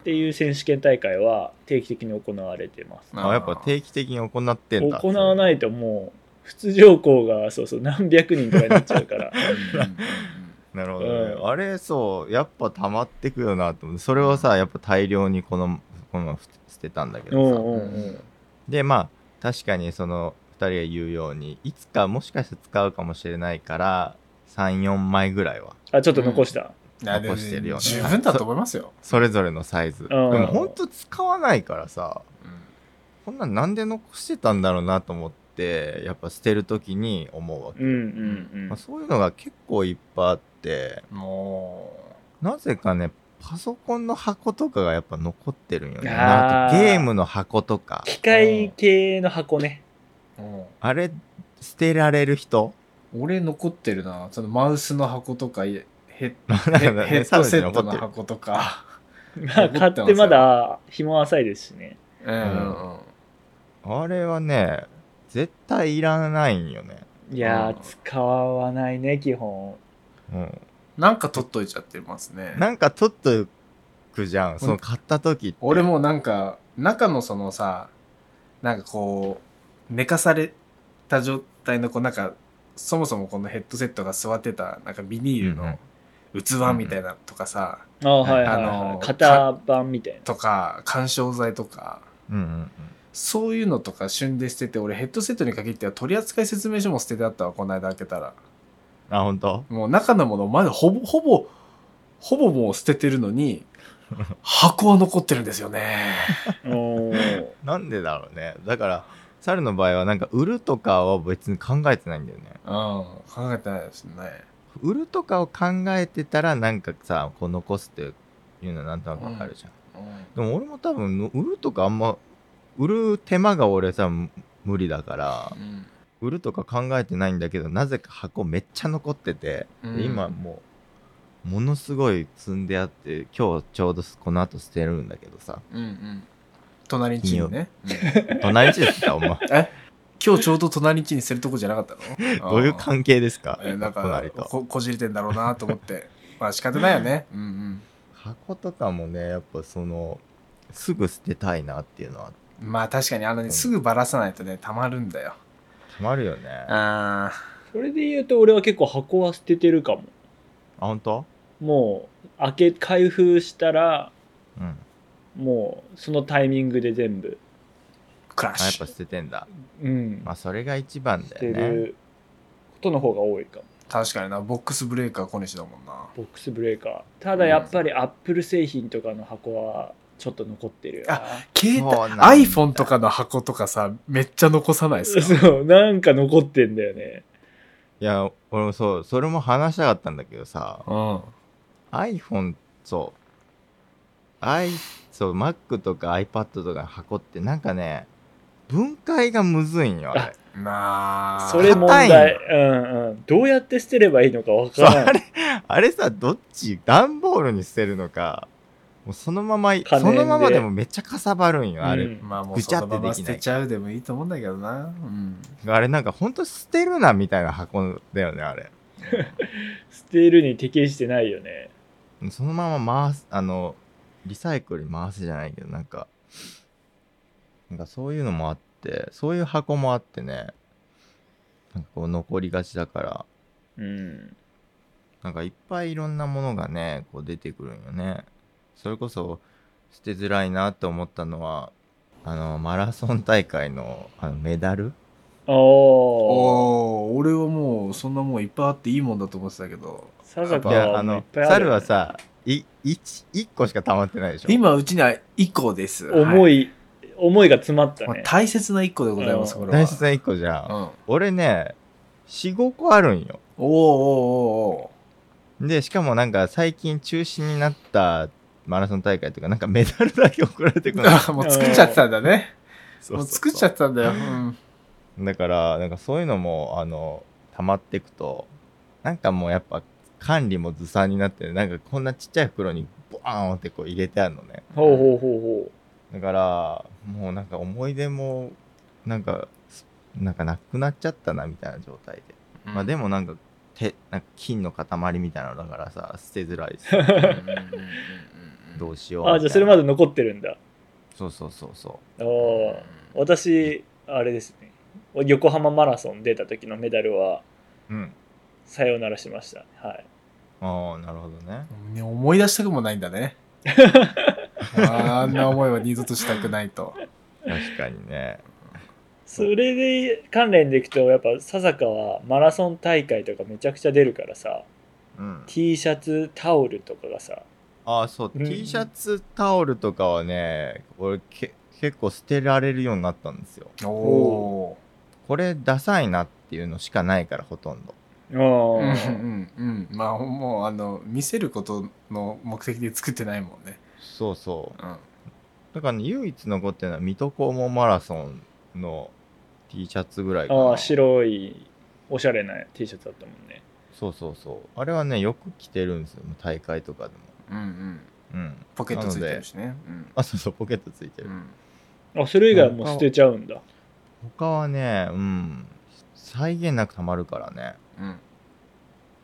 [SPEAKER 2] っていう選手権大会は定期的に行われてます。
[SPEAKER 4] はいはいあやっぱ定期的に行ってんだ。
[SPEAKER 2] 行わないともう普通条項がそうそう何百人とかになっちゃうから
[SPEAKER 4] なるほどね、
[SPEAKER 2] うん
[SPEAKER 4] あれそうやっぱ溜まってくよなと思ってそれをさやっぱ大量にこのこのまま捨てたんだけ
[SPEAKER 2] うんう
[SPEAKER 4] どさ、
[SPEAKER 2] ん
[SPEAKER 3] うん
[SPEAKER 2] うん
[SPEAKER 4] でまあ確かにその2人が言うようにいつかもしかして使うかもしれないから34枚ぐらいは
[SPEAKER 2] あちょっと残した、
[SPEAKER 4] 残してるよね
[SPEAKER 3] 十分だと思いますよ。
[SPEAKER 4] それぞれのサイズ、でもほんと使わないからさこんなんなんで残してたんだろうなと思ってやっぱ捨てる時に思うわけ、
[SPEAKER 2] うん、うんうん
[SPEAKER 4] まあ、そういうのが結構いっぱいあって
[SPEAKER 3] も
[SPEAKER 4] なぜかね、パソコンの箱とかがやっぱ残ってるんよね。
[SPEAKER 2] あー
[SPEAKER 4] なんかゲームの箱とか、
[SPEAKER 2] 機械系の箱ね
[SPEAKER 3] う、も
[SPEAKER 4] あれ捨てられる人
[SPEAKER 3] う俺残ってるな。そのマウスの箱とか、ヘッ
[SPEAKER 4] なんか
[SPEAKER 3] ヘ
[SPEAKER 4] ね
[SPEAKER 3] ッドセッ
[SPEAKER 4] 残
[SPEAKER 3] ト
[SPEAKER 4] っ
[SPEAKER 3] の
[SPEAKER 4] てる。
[SPEAKER 3] 箱とか。
[SPEAKER 2] まあ買ってまだ紐は浅いですしね
[SPEAKER 3] うんうんうん
[SPEAKER 4] あれはね、絶対いらないんよね。
[SPEAKER 2] いや
[SPEAKER 3] う
[SPEAKER 2] ー
[SPEAKER 3] ん
[SPEAKER 2] 使わないね基本
[SPEAKER 4] うん、
[SPEAKER 3] なんか取っといちゃってますね。
[SPEAKER 4] なんか取っとくじゃん、その買った時って。
[SPEAKER 3] 俺もなんか中のそのさなんかこう寝かされた状態のこうなんかそもそもこのヘッドセットが座ってたなんかビニールの器みたいなとかさ、
[SPEAKER 2] あはいはい、はい
[SPEAKER 3] あのー
[SPEAKER 2] 型番みたいな
[SPEAKER 3] とか緩衝材とか
[SPEAKER 4] うんうん
[SPEAKER 3] そういうのとか旬で捨てて俺ヘッドセットに限っては取扱説明書も捨ててあったわこの間開けたら
[SPEAKER 4] うん。あ、ほんと
[SPEAKER 3] もう中のものまだほぼほぼほぼもう捨ててるの に箱は残ってるんですよね
[SPEAKER 2] おー
[SPEAKER 4] なんでだろうね。だから、猿の場合はなんか売るとかは別に考えてないんだよね。
[SPEAKER 3] うん考えてないですね
[SPEAKER 4] 売るとかを考えてたらなんかさ、こう残すっていうのはなんとなくわかるじゃん
[SPEAKER 3] うん
[SPEAKER 4] でも俺も多分の売るとかあんま売る手間が俺さむ無理だから売るとか考えてないんだけどなぜか箱めっちゃ残ってて、で
[SPEAKER 3] うん
[SPEAKER 4] 今もうものすごい積んであって今日ちょうどこの後捨てるんだけどさ
[SPEAKER 3] うんうん。隣んちにね。うん
[SPEAKER 4] 隣ちですかお前
[SPEAKER 3] 今日ちょうど隣んちに捨てるとこじゃなかったの
[SPEAKER 4] どういう
[SPEAKER 3] じ
[SPEAKER 4] 関係ですか
[SPEAKER 3] なんか
[SPEAKER 4] 隣と
[SPEAKER 3] こ、こじれてんだろうなと思って。 まあ仕方ないよね。うんうん。
[SPEAKER 4] 箱とかもねやっぱそのすぐ捨てたいなっていうのは
[SPEAKER 3] まあ確かにあのね、すぐばらさないとね、たまるんだよ。
[SPEAKER 4] たまるよねあ
[SPEAKER 3] あ
[SPEAKER 2] それで言うと俺は結構箱は捨ててるかも
[SPEAKER 4] 本当
[SPEAKER 2] もう開け開封したら
[SPEAKER 4] うんあ
[SPEAKER 2] もうそのタイミングで全部
[SPEAKER 3] あ、クラッ
[SPEAKER 4] やっ
[SPEAKER 3] シ
[SPEAKER 4] ぱ
[SPEAKER 3] ュ。
[SPEAKER 4] 捨ててんだ
[SPEAKER 2] うん
[SPEAKER 4] まあそれが一番
[SPEAKER 2] 捨
[SPEAKER 4] だ
[SPEAKER 2] て
[SPEAKER 4] よね
[SPEAKER 2] ることの方が多いかも
[SPEAKER 3] 確かにな、ボックスブレーカー小西だもんな。
[SPEAKER 2] ボックスブレーカーただやっぱりアップル製品とかの箱はちょっと残ってるよな
[SPEAKER 3] 携帯、
[SPEAKER 4] そうなんだ
[SPEAKER 3] iPhone とかの箱とかさ、めっちゃ残さないっすか
[SPEAKER 2] そうなんか残ってんだよね
[SPEAKER 4] いや俺もそうそれも話したかったんだけどさ
[SPEAKER 3] うん。
[SPEAKER 4] iPhone そう i そう Mac とか iPad とかの箱ってなんかね分解がむずいんよ あれ
[SPEAKER 3] なあ。
[SPEAKER 2] それ問
[SPEAKER 4] 硬い
[SPEAKER 2] 題うんうんどうやって捨てればいいのかわか
[SPEAKER 4] そう
[SPEAKER 2] らな
[SPEAKER 4] あ
[SPEAKER 2] い
[SPEAKER 4] れあれさどっち段ボールに捨てるのかもうそのままい
[SPEAKER 2] 可燃
[SPEAKER 4] そ
[SPEAKER 2] で
[SPEAKER 4] のままでもめっちゃかさばるんよあれ、
[SPEAKER 2] うん
[SPEAKER 3] まあもう
[SPEAKER 4] ぐちゃ
[SPEAKER 3] そ
[SPEAKER 4] っ
[SPEAKER 3] の
[SPEAKER 4] てで
[SPEAKER 3] ま
[SPEAKER 4] きない
[SPEAKER 3] ま捨てちゃうでもいいと思うんだけどな。うん。
[SPEAKER 4] あれなんかほんと捨てるなみたいな箱だよねあれ
[SPEAKER 2] 捨てるに適してないよね
[SPEAKER 4] そのまま回すあのリサイクルに回すじゃないけどなんかなんかそういうのもあってそういう箱もあってねなんかこう残りがちだから
[SPEAKER 2] うん
[SPEAKER 4] なんかいっぱいいろんなものがねこう出てくるんよねそれこそ捨てづらいなって思ったのはあのマラソン大会のあのメダル
[SPEAKER 2] あ
[SPEAKER 3] あ
[SPEAKER 2] あ
[SPEAKER 3] あ俺はもうそんなもんいっぱいあっていいもんだと思ってたけど
[SPEAKER 2] サザ
[SPEAKER 4] い
[SPEAKER 2] カ
[SPEAKER 4] や
[SPEAKER 2] は
[SPEAKER 4] あ
[SPEAKER 2] もういっ
[SPEAKER 4] の
[SPEAKER 2] ぱいある
[SPEAKER 4] 猿
[SPEAKER 2] よね
[SPEAKER 4] はさい 1, 個しか溜まってないでしょ
[SPEAKER 3] 今うちには1個です
[SPEAKER 2] 重
[SPEAKER 3] い、
[SPEAKER 2] い、思いが詰まった
[SPEAKER 3] まあ
[SPEAKER 2] ね。
[SPEAKER 3] 大切な一個でございます、
[SPEAKER 2] う
[SPEAKER 3] これは。
[SPEAKER 4] 大切な1個じゃん、
[SPEAKER 3] うん。
[SPEAKER 4] 俺ね45個あるんよ
[SPEAKER 3] おおおうおうおう
[SPEAKER 4] でしかもなんか最近中止になったマラソン大会とかなんかメダルだけ送られてくる
[SPEAKER 3] あもう作っちゃってたんだね。
[SPEAKER 4] そう
[SPEAKER 3] も
[SPEAKER 4] そううそ
[SPEAKER 3] 作
[SPEAKER 4] う
[SPEAKER 3] っちゃってたんだよ。うん。
[SPEAKER 4] だからなんかそういうのもあの溜まっていくとなんかもうやっぱ管理もずさんになってなんかこんなちっちゃい袋にボーンってこう入れてあるのね
[SPEAKER 2] ほうほうほうほう。
[SPEAKER 4] だからもうなんか思い出もなんかすなんかなくなっちゃったなみたいな状態で、まあでもなんか手なんか金の塊みたいなのだからさ捨てづらいし
[SPEAKER 3] うんうんうんうんうん
[SPEAKER 4] どうしよう
[SPEAKER 2] あじゃあそれまで残ってるんだ。
[SPEAKER 4] そうそうそうそ
[SPEAKER 2] ああ私あれですね横浜マラソン出た時のメダルは
[SPEAKER 4] ううん
[SPEAKER 2] さようならしました、はい、
[SPEAKER 4] ああなるほどね
[SPEAKER 3] ね思い出したくもないんだね。あんな思いは二度としたくないと。
[SPEAKER 4] 確かにね
[SPEAKER 2] それで関連でいくとやっぱ笹香はマラソン大会とかめちゃくちゃ出るからさ
[SPEAKER 4] うん
[SPEAKER 2] T シャツタオルとかがさ
[SPEAKER 4] ああそう、
[SPEAKER 2] うん
[SPEAKER 4] T シャツタオルとかはね俺け結構捨てられるようになったんですよ
[SPEAKER 3] おお
[SPEAKER 4] これダサいなっていうのしかないからほとんど
[SPEAKER 2] あ
[SPEAKER 3] ー。うん
[SPEAKER 2] ー
[SPEAKER 3] うんうん。まあもうあの見せることの目的で作ってないもんね。
[SPEAKER 4] そうそう
[SPEAKER 3] うん。
[SPEAKER 4] だからね唯一残ってるのは水戸黄門マラソンの T シャツぐらいか
[SPEAKER 2] あー
[SPEAKER 4] な
[SPEAKER 2] 白いおしゃれな T シャツだったもんね
[SPEAKER 4] そうそうそうあれはねよく着てるんですよ大会とかでも
[SPEAKER 3] うんうん。
[SPEAKER 4] うん
[SPEAKER 3] ポケットついてる
[SPEAKER 4] なので
[SPEAKER 3] しね。うん
[SPEAKER 4] あそうそうポケットついてる、
[SPEAKER 3] うん。
[SPEAKER 2] あそれ以外はもう捨てちゃうんだ
[SPEAKER 4] 他はねうん再現なくたまるからね
[SPEAKER 3] うん。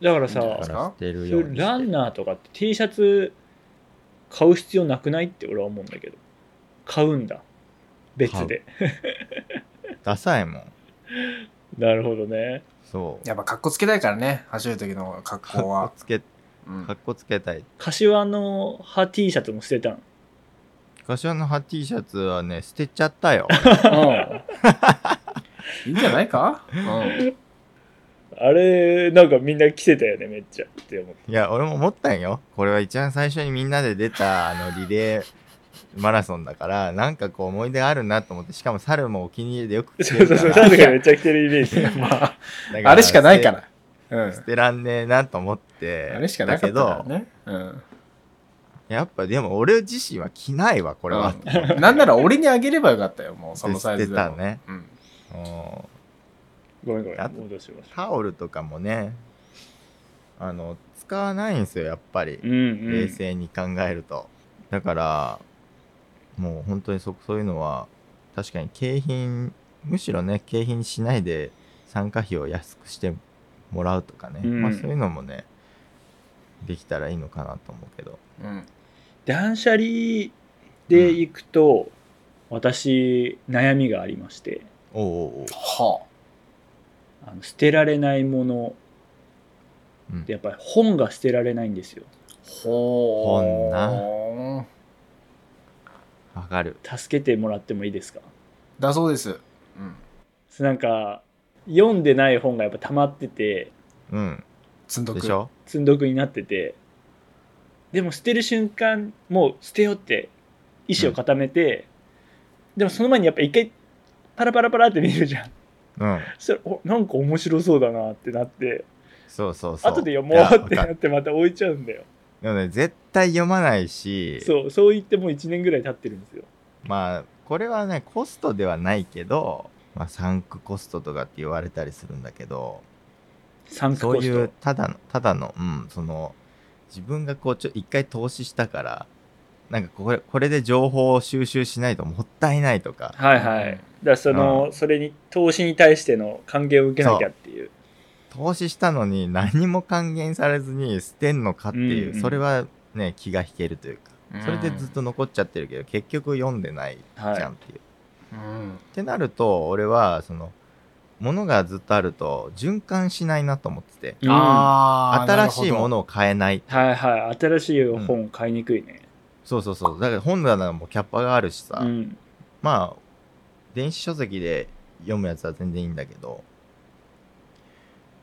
[SPEAKER 2] だから
[SPEAKER 3] いいんじ
[SPEAKER 2] さ
[SPEAKER 3] ゃ
[SPEAKER 4] だ
[SPEAKER 3] ない
[SPEAKER 4] か
[SPEAKER 3] です
[SPEAKER 4] ら捨
[SPEAKER 3] か
[SPEAKER 4] てる
[SPEAKER 2] そ
[SPEAKER 4] よう
[SPEAKER 2] う
[SPEAKER 4] にして
[SPEAKER 2] ランナーとかって T シャツ買う必要なくないって俺は思うんだけど買うんだ別で
[SPEAKER 4] ダサいもん
[SPEAKER 2] なるほどね
[SPEAKER 4] そう
[SPEAKER 3] やっぱ格好つけたいからね。走る時の格
[SPEAKER 4] かっ
[SPEAKER 3] 好は
[SPEAKER 4] こ。つけ
[SPEAKER 3] うん
[SPEAKER 4] かっこつけたい
[SPEAKER 2] 柏の葉 T シャツも捨てたん
[SPEAKER 4] 柏の葉 T シャツはね捨てちゃっ たよ
[SPEAKER 3] いいんじゃないかうん。
[SPEAKER 2] あれなんかみんな着てたよねめっちゃって思って
[SPEAKER 4] いや俺も思ったんよこれは一番最初にみんなで出たあのリレーマラソンだからなんかこう思い出あるなと思ってしかも猿もお気に入りでよく着て
[SPEAKER 2] そう
[SPEAKER 4] る
[SPEAKER 2] そ
[SPEAKER 4] か
[SPEAKER 2] うそう
[SPEAKER 4] ら
[SPEAKER 2] 確かにめっちゃ着てるイメージ
[SPEAKER 3] まあ、
[SPEAKER 4] だら
[SPEAKER 3] あれしかないから。うん
[SPEAKER 4] 捨。て捨てらんねえなと思って
[SPEAKER 3] あれしかなかったからね。うん。
[SPEAKER 4] だけどやっぱでも俺自身は着ないわこれは、
[SPEAKER 3] うんなんなら俺にあげればよかったよ、もうそのサイズでも。
[SPEAKER 4] 捨てたね
[SPEAKER 3] うん。
[SPEAKER 4] うん
[SPEAKER 2] ごめんごめん
[SPEAKER 4] あと
[SPEAKER 2] 戻しました
[SPEAKER 4] タオルとかもねあの使わないんですよやっぱり
[SPEAKER 2] うんうん
[SPEAKER 4] 冷静に考えると、だからもう本当にそそういうのは確かに景品むしろね景品しないで参加費を安くしてもらうとかね、
[SPEAKER 2] うん
[SPEAKER 4] まあ、そういうのもねできたらいいのかなと思うけど
[SPEAKER 3] うん。
[SPEAKER 2] 断捨離で行くと、私悩みがありまして
[SPEAKER 4] おうおうおう
[SPEAKER 3] は
[SPEAKER 2] あの捨てられないもの
[SPEAKER 4] うん
[SPEAKER 2] でやっぱり本が捨てられないんですよ
[SPEAKER 3] あ。ほ
[SPEAKER 4] ほん
[SPEAKER 3] な。
[SPEAKER 4] わかる
[SPEAKER 2] 助けてもらってもいいですか
[SPEAKER 3] だそうです。うん。
[SPEAKER 2] そうなんか読んでない本がやっぱ溜まってて
[SPEAKER 4] うん
[SPEAKER 3] 積んどく。
[SPEAKER 4] でしょ
[SPEAKER 2] 積んどくになっててでも捨てる瞬間もう捨てようって意思を固めて、でもその前にやっぱ一回パラパラパラって見るじゃん
[SPEAKER 4] うん
[SPEAKER 2] そしたらおなんか面白そうだなってなって
[SPEAKER 4] そうそうそう
[SPEAKER 2] 後で読
[SPEAKER 4] い
[SPEAKER 2] も
[SPEAKER 4] やわ
[SPEAKER 2] うって
[SPEAKER 4] か
[SPEAKER 2] な
[SPEAKER 4] る
[SPEAKER 2] ってまた置いちゃうんだよ
[SPEAKER 4] でもね絶対読まないし
[SPEAKER 2] そうそう言ってもう1年ぐらい経ってるんですよ
[SPEAKER 4] まあこれはねコストではないけど、まあ、サンクコストとかって言われたりするんだけど
[SPEAKER 2] サンク
[SPEAKER 4] そう
[SPEAKER 2] コスト
[SPEAKER 4] いうただのただのうんその自分がこうちょ一回投資したからなんかこれこれで情報を収集しないともったいないとか
[SPEAKER 2] はいはい、だからその、
[SPEAKER 4] う
[SPEAKER 2] それに投資に対しての還元を受けなきゃっていう
[SPEAKER 4] 投資したのに何も還元されずに捨てんのかっていう、
[SPEAKER 2] うんうん
[SPEAKER 4] それはね気が引けるというかそれでずっと残っちゃってるけど結局読んでないじ
[SPEAKER 2] はい
[SPEAKER 4] ゃんっていう。
[SPEAKER 3] うん。
[SPEAKER 4] ってなると俺はその物がずっとあると循環しないなと思ってて、
[SPEAKER 2] うん
[SPEAKER 3] ああ。
[SPEAKER 4] 新しいも
[SPEAKER 3] の。
[SPEAKER 4] のを買えない
[SPEAKER 2] はいはい新しい本買いにくいね、
[SPEAKER 4] そうそうそうだから本棚もキャッパがあるしさ、
[SPEAKER 2] うん
[SPEAKER 4] まあ電子書籍で読むやつは全然いいんだけど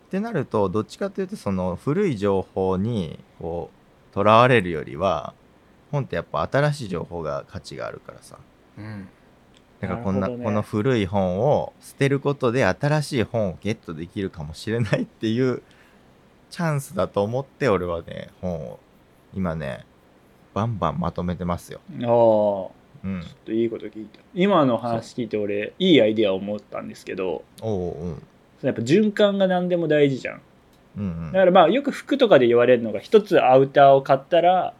[SPEAKER 4] ってなるとどっちかというとその古い情報にこうとらわれるよりは本ってやっぱ新しい情報が価値があるからさ
[SPEAKER 3] うん。
[SPEAKER 4] だからこんな
[SPEAKER 2] なるほどね
[SPEAKER 4] この古い本を捨てることで新しい本をゲットできるかもしれないっていうチャンスだと思って俺はね本を今ねバンバンまとめてますよ。
[SPEAKER 2] ああちょ
[SPEAKER 4] うん、
[SPEAKER 2] っといいこと聞いた今の話聞いて俺いいアイデアを思ったんですけど
[SPEAKER 4] おううん
[SPEAKER 2] そのやっぱ循環が何でも大事じゃん
[SPEAKER 4] うん
[SPEAKER 2] だからまあよく服とかで言われるのが一つアウターを買ったら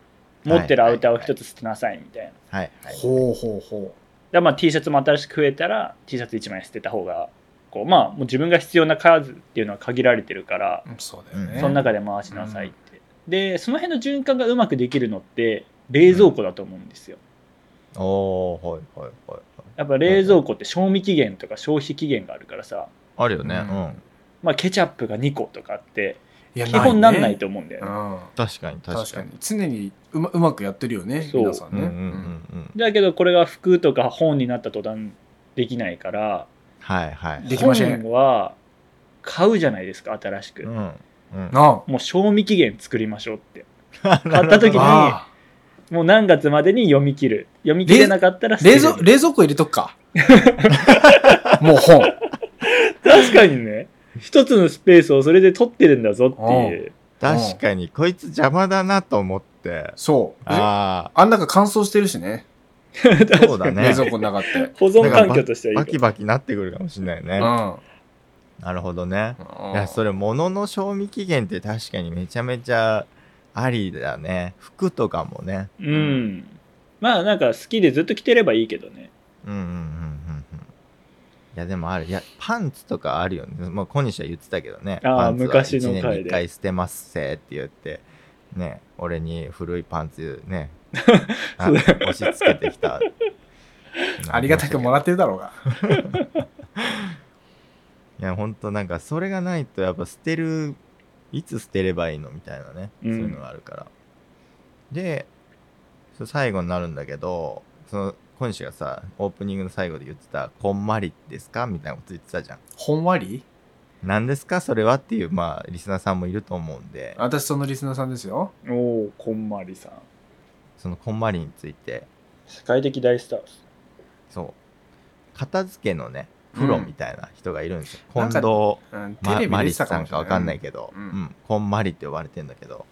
[SPEAKER 2] 持ってるアウターを一つ捨てなさいみたいな、
[SPEAKER 4] はいはい。
[SPEAKER 3] ほうほうほ
[SPEAKER 2] だからまあ T シャツも新しく増えたら T シャツ1枚捨てた方がこうまあもう自分が必要な数っていうのは限られてるから
[SPEAKER 3] ううんそうだよね、
[SPEAKER 4] うん
[SPEAKER 2] その中で回しなさいって、でその辺の循環がうまくできるのって冷蔵庫だと思うんですよ
[SPEAKER 4] おーはいはいはいはい。
[SPEAKER 2] やっぱ冷蔵庫って賞味期限とか消費期限があるからさ、
[SPEAKER 4] あるよね。う
[SPEAKER 3] うん
[SPEAKER 4] ん、
[SPEAKER 2] まあ、ケチャップが2個とかって
[SPEAKER 3] いや
[SPEAKER 2] 基本なんない
[SPEAKER 3] と、
[SPEAKER 2] と思うんだよね
[SPEAKER 3] うん、
[SPEAKER 4] 確かに確かに。
[SPEAKER 3] 確かに常にうまうまくやってるよね
[SPEAKER 2] そう
[SPEAKER 3] 皆さん
[SPEAKER 4] うん
[SPEAKER 3] ね
[SPEAKER 4] うんう
[SPEAKER 3] うん
[SPEAKER 4] んうん。
[SPEAKER 2] だけどこれが服とか本になった途端できないから
[SPEAKER 4] はいはい。
[SPEAKER 3] できません
[SPEAKER 2] 本は買うじゃないですか新しく、
[SPEAKER 4] うんうん。
[SPEAKER 3] な
[SPEAKER 2] もう賞味期限作りましょうって買
[SPEAKER 4] 買
[SPEAKER 2] った時に
[SPEAKER 3] ああ
[SPEAKER 2] もう何月までに読み切る読み切れなかったら
[SPEAKER 3] あ冷蔵
[SPEAKER 2] る
[SPEAKER 3] 冷蔵庫入れとく かもう本
[SPEAKER 2] 確かにね一つのスペースをそれで取ってるんだぞっていう
[SPEAKER 4] 確かにこいつ邪魔だなと思って。
[SPEAKER 3] そうあ
[SPEAKER 4] あ
[SPEAKER 3] ん中乾燥してるしね
[SPEAKER 4] あ、そうだね
[SPEAKER 3] 冷。蔵庫の中って
[SPEAKER 2] 保存環境としてはい
[SPEAKER 4] バ
[SPEAKER 2] い
[SPEAKER 4] キ
[SPEAKER 2] こ
[SPEAKER 4] バキなってくるかもしれないうね。
[SPEAKER 3] ん
[SPEAKER 4] なるほどね。
[SPEAKER 3] うん
[SPEAKER 4] いや、それ、物の賞味期限って確かにめちゃめちゃありだね。服とかもね。
[SPEAKER 2] とうんまあなんか好きでずっと着てればいいけどね
[SPEAKER 4] うんうんうんうんうん。いや、でもある。いや、パンツとかあるよね。まあ、小西は言ってたけどね。
[SPEAKER 2] あー
[SPEAKER 4] パンツは
[SPEAKER 2] 昔の
[SPEAKER 4] 一年
[SPEAKER 2] 回で
[SPEAKER 4] に一回捨てますせって言って、ね、俺に古いパンツ ね、あ
[SPEAKER 2] そう
[SPEAKER 4] 押し付けて きた。
[SPEAKER 3] ありがたくもらってるだろうが
[SPEAKER 4] いや、ほんとなんか、それがないと、やっぱ捨てる、いつ捨てればいいのみたいなね、
[SPEAKER 2] うん
[SPEAKER 4] そういうのがあるから。で、そう最後になるんだけど、その、今週がさ、オープニングの最後で言ってた、こんまりですかみたいなこと言ってたじゃん。
[SPEAKER 3] ほんわり
[SPEAKER 4] 何ですかそれはっていう、まあ、リスナーさんもいると思うんで、
[SPEAKER 3] 私そのリスナーさんですよ
[SPEAKER 2] おおこんまりさん
[SPEAKER 4] そのこんまりについて、
[SPEAKER 2] 世界的大スターです
[SPEAKER 4] そう、片付けのね、プロみたいな人がいるんですよ。
[SPEAKER 3] うん
[SPEAKER 4] 近藤
[SPEAKER 3] うんテ
[SPEAKER 4] ま
[SPEAKER 3] レビ
[SPEAKER 4] マ
[SPEAKER 3] 出
[SPEAKER 4] リ
[SPEAKER 3] て
[SPEAKER 4] ス
[SPEAKER 3] た
[SPEAKER 4] さ
[SPEAKER 3] か
[SPEAKER 4] ん
[SPEAKER 3] もし
[SPEAKER 4] か
[SPEAKER 3] れない
[SPEAKER 4] わかんないけど、う
[SPEAKER 3] うんん
[SPEAKER 4] こんまりって呼ばれてんだけど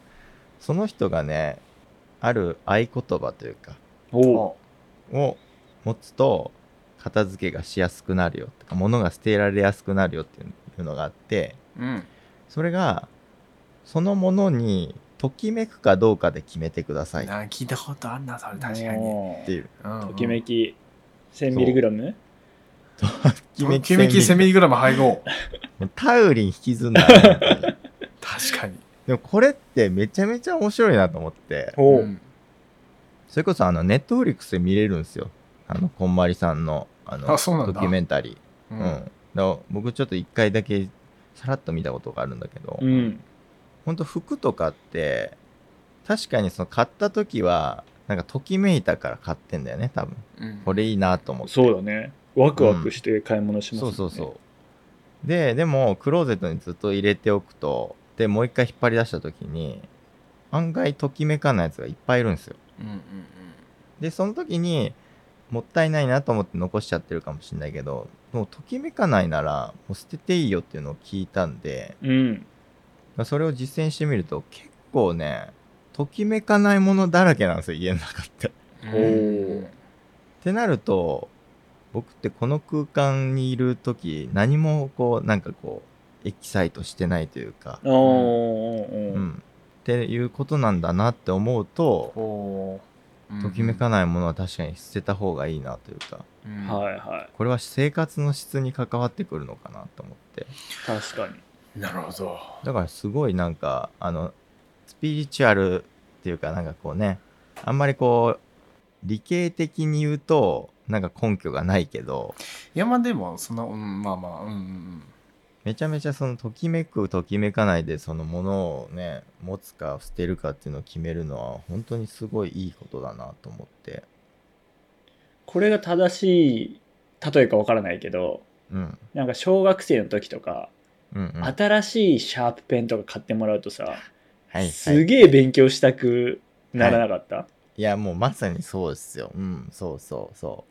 [SPEAKER 4] その人がねある合言葉というか
[SPEAKER 2] おお
[SPEAKER 3] お
[SPEAKER 4] を持つと片付けがしやすくなるよとか物が捨てられやすくなるよっていうのがあって
[SPEAKER 3] うん
[SPEAKER 4] それがそのものにときめくかどうかで決めてくださいっ
[SPEAKER 3] なんか聞いたことあんなそれ確かに
[SPEAKER 4] ていう
[SPEAKER 3] うんうん
[SPEAKER 2] ときめき 1000mg
[SPEAKER 4] き
[SPEAKER 3] ときめきセミリグラム配合
[SPEAKER 4] タウリン引きずんだね本当に
[SPEAKER 3] 確かに
[SPEAKER 4] でもこれってめちゃめちゃ面白いなと思って
[SPEAKER 2] おお
[SPEAKER 3] うん
[SPEAKER 4] それこそあのネットフリックスで見れるんですよ。あのこんまりさんのあの
[SPEAKER 3] あそうなんだ
[SPEAKER 4] ドキュメンタリ
[SPEAKER 3] う
[SPEAKER 4] ー。
[SPEAKER 3] ん
[SPEAKER 4] うんだから僕ちょっと一回だけさらっと見たことがあるんだけど、
[SPEAKER 2] うん
[SPEAKER 4] ほんと服とかって確かにその買った時はなんかときめいたから買ってんだよね多分
[SPEAKER 3] うん
[SPEAKER 4] これいいなと思って
[SPEAKER 2] そうだねワクワクして買い物します
[SPEAKER 4] そ
[SPEAKER 2] もん
[SPEAKER 4] う
[SPEAKER 2] ね
[SPEAKER 4] そうそうででもクローゼットにずっと入れておくとでもう一回引っ張り出した時に案外ときめかないやつがいっぱいいるんですよ
[SPEAKER 3] うんうんうん
[SPEAKER 4] でその時にもったいないなと思って残しちゃってるかもしれないけどもうときめかないならもう捨てていいよっていうのを聞いたんで
[SPEAKER 2] うん
[SPEAKER 4] それを実践してみると結構ねときめかないものだらけなんですよ家の中ってっ
[SPEAKER 2] おー
[SPEAKER 4] てなると僕ってこの空間にいる時何もこうなんかこうエキサイトしてないというか
[SPEAKER 2] あーうん
[SPEAKER 4] う
[SPEAKER 2] うん
[SPEAKER 4] んっていうことなんだなって思うと
[SPEAKER 3] おー
[SPEAKER 4] ときめかないものは確かに捨てた方がいいなというか
[SPEAKER 3] うん
[SPEAKER 2] はいは
[SPEAKER 4] これは生活の質に関わってくるのかなと思って
[SPEAKER 2] い確かに
[SPEAKER 3] なるほど
[SPEAKER 4] だからすごいなんかあのスピリチュアルっていうかなんかこうねあんまりこう理系的に言うとなんか根拠がないけど
[SPEAKER 3] いやまあでもそんなうんまあまあうんうんうん
[SPEAKER 4] めちゃめちゃそのときめくときめかないでそのものをね持つか捨てるかっていうのを決めるのは本当にすごいいいことだなと思って
[SPEAKER 2] これが正しい例えかわからないけど
[SPEAKER 4] うん
[SPEAKER 2] なんか小学生の時とか、
[SPEAKER 4] うんうんはい
[SPEAKER 2] 新しいシャープペンとか買ってもらうとさ、
[SPEAKER 4] はい
[SPEAKER 2] すげえ勉強したくならなかった、
[SPEAKER 4] いやもうまさにそうですようんそうそうそ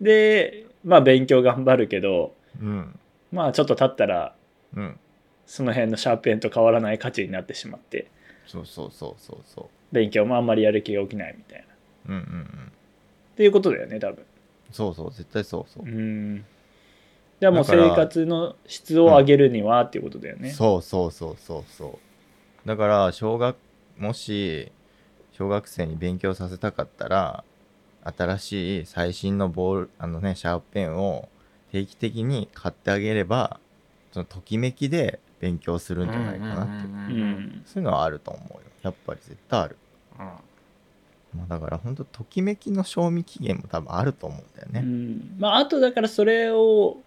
[SPEAKER 4] う
[SPEAKER 2] で、まあ勉強頑張るけど、
[SPEAKER 4] うん
[SPEAKER 2] まあちょっと経ったら、
[SPEAKER 4] うん
[SPEAKER 2] その辺のシャーペンと変わらない価値になってしまって、
[SPEAKER 4] そうそうそうそうそ
[SPEAKER 2] 勉強もあんまりやる気が起きないみたいな。っ
[SPEAKER 4] ううんうんうん
[SPEAKER 2] ていうことだよね、多分。
[SPEAKER 4] そうそう絶対そうそうう、
[SPEAKER 2] ん。じゃあもう
[SPEAKER 4] だから
[SPEAKER 2] 生活の質を上げるにはっていうことだよね。
[SPEAKER 4] そうそうそうそうそうだから小学もし小学生に勉強させたかったら新しい最新のボールあのねシャープペンを定期的に買ってあげればそのときめきで勉強するんじゃないかなって、
[SPEAKER 2] ううん。
[SPEAKER 4] そういうのはあると思うよやっぱり絶対ある、まあ、だからほんとときめきの賞味期限も多分あると思うんだよ
[SPEAKER 2] う
[SPEAKER 4] ね、
[SPEAKER 2] んまあ、あとだからそれを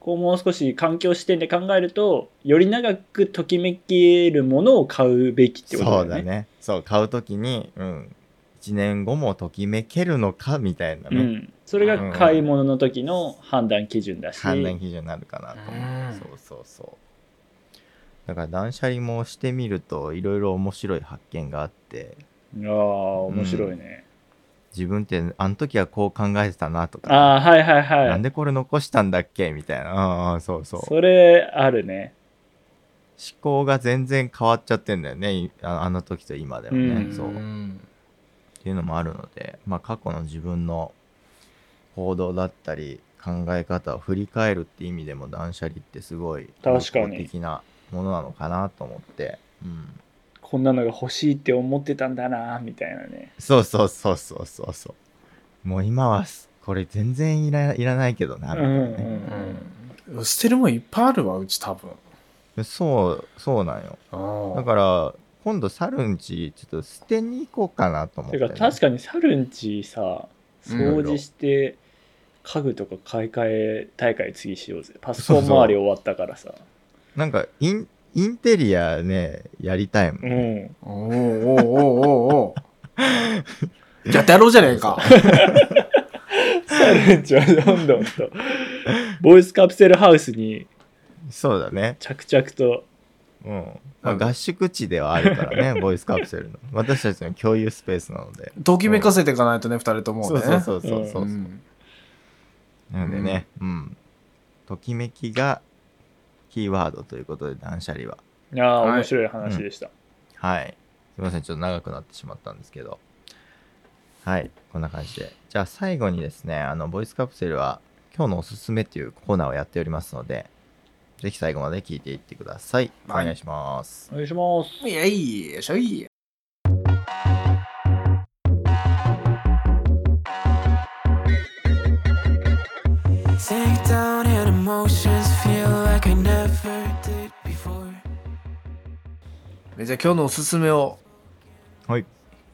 [SPEAKER 2] こうもう少し環境視点で考えるとより長くときめきるものを買うべきってことだ
[SPEAKER 4] そ
[SPEAKER 2] よ
[SPEAKER 4] う
[SPEAKER 2] ね。
[SPEAKER 4] だねそう買う時にうん1年後もときめけるのかみたいな
[SPEAKER 2] う
[SPEAKER 4] ね、
[SPEAKER 2] ん、それが買い物の時の判断基準だし、
[SPEAKER 4] 判断基準になるかなと思
[SPEAKER 3] う
[SPEAKER 4] うんそうそうそうだから断捨離もしてみるといろいろ面白い発見があって
[SPEAKER 2] ああ面白いね、
[SPEAKER 4] 自分ってあの時はこう考えてたなとか
[SPEAKER 2] ああはいはいはい
[SPEAKER 4] なんでこれ残したんだっけみたいなああそうそう思
[SPEAKER 2] それあるね
[SPEAKER 4] 考が全然変わっちゃってんだよねいああの時と今ではね、
[SPEAKER 2] うん
[SPEAKER 4] そうっ
[SPEAKER 3] ん
[SPEAKER 4] ていうのもあるので、まあ、過去の自分の行動だったり考え方を振り返るって意味でも断捨離ってすごい
[SPEAKER 2] 確かに
[SPEAKER 4] 有効的なものなのかなと思って、うん、
[SPEAKER 2] こんなのが欲しいって思ってたんだなみたいなね
[SPEAKER 4] そうそうそうそうそうそう。もう今はすこれ全然いらいらないけどな、
[SPEAKER 2] う
[SPEAKER 4] み
[SPEAKER 2] ん
[SPEAKER 4] たいな
[SPEAKER 2] う
[SPEAKER 4] ね。
[SPEAKER 2] ん
[SPEAKER 3] 捨てるもんいっぱいあるわうち多分
[SPEAKER 4] そう、そうなんよ。だから、今度サルンち、ちょっと捨てに行こうかな
[SPEAKER 2] う
[SPEAKER 4] と思
[SPEAKER 2] ん
[SPEAKER 4] ってて、
[SPEAKER 2] か確
[SPEAKER 4] か
[SPEAKER 2] かにサルンチさ掃除して家具とか買い替え大会次しようぜパソコン周り終わったからさ
[SPEAKER 4] なんかイン、インテリアね、やりたいもん。
[SPEAKER 2] うん
[SPEAKER 3] おおおおおおやってやろうじゃねえか
[SPEAKER 2] サルンチはどんどんとボイスカプセルハウスに
[SPEAKER 4] そうだね。
[SPEAKER 2] 着々と
[SPEAKER 4] うん。まあ、合宿地ではあるから ね、ボイスカプセルの。私たちの共有スペースなので。
[SPEAKER 3] ときめかせていかないとね、二人ともね。
[SPEAKER 4] そうそうそうそうそう。
[SPEAKER 3] うん
[SPEAKER 4] なのでね、うん。ときめきがキーワードということで、断捨離は。
[SPEAKER 2] ああ
[SPEAKER 3] はい
[SPEAKER 2] 面白い話でした、
[SPEAKER 4] はい。すみません、ちょっと長くなってしまったんですけど。はい、こんな感じで。じゃあ最後にですね、あの、ボイスカプセルは今日のおすすめというコーナーをやっておりますので、ぜひ最後まで聞いていってください。お
[SPEAKER 3] はい
[SPEAKER 4] 願いします。
[SPEAKER 2] お願いします
[SPEAKER 3] いやいや、しょい。
[SPEAKER 7] Take down and emotions feel like I never did before.
[SPEAKER 3] じゃあ今日のおすすめを
[SPEAKER 4] はい。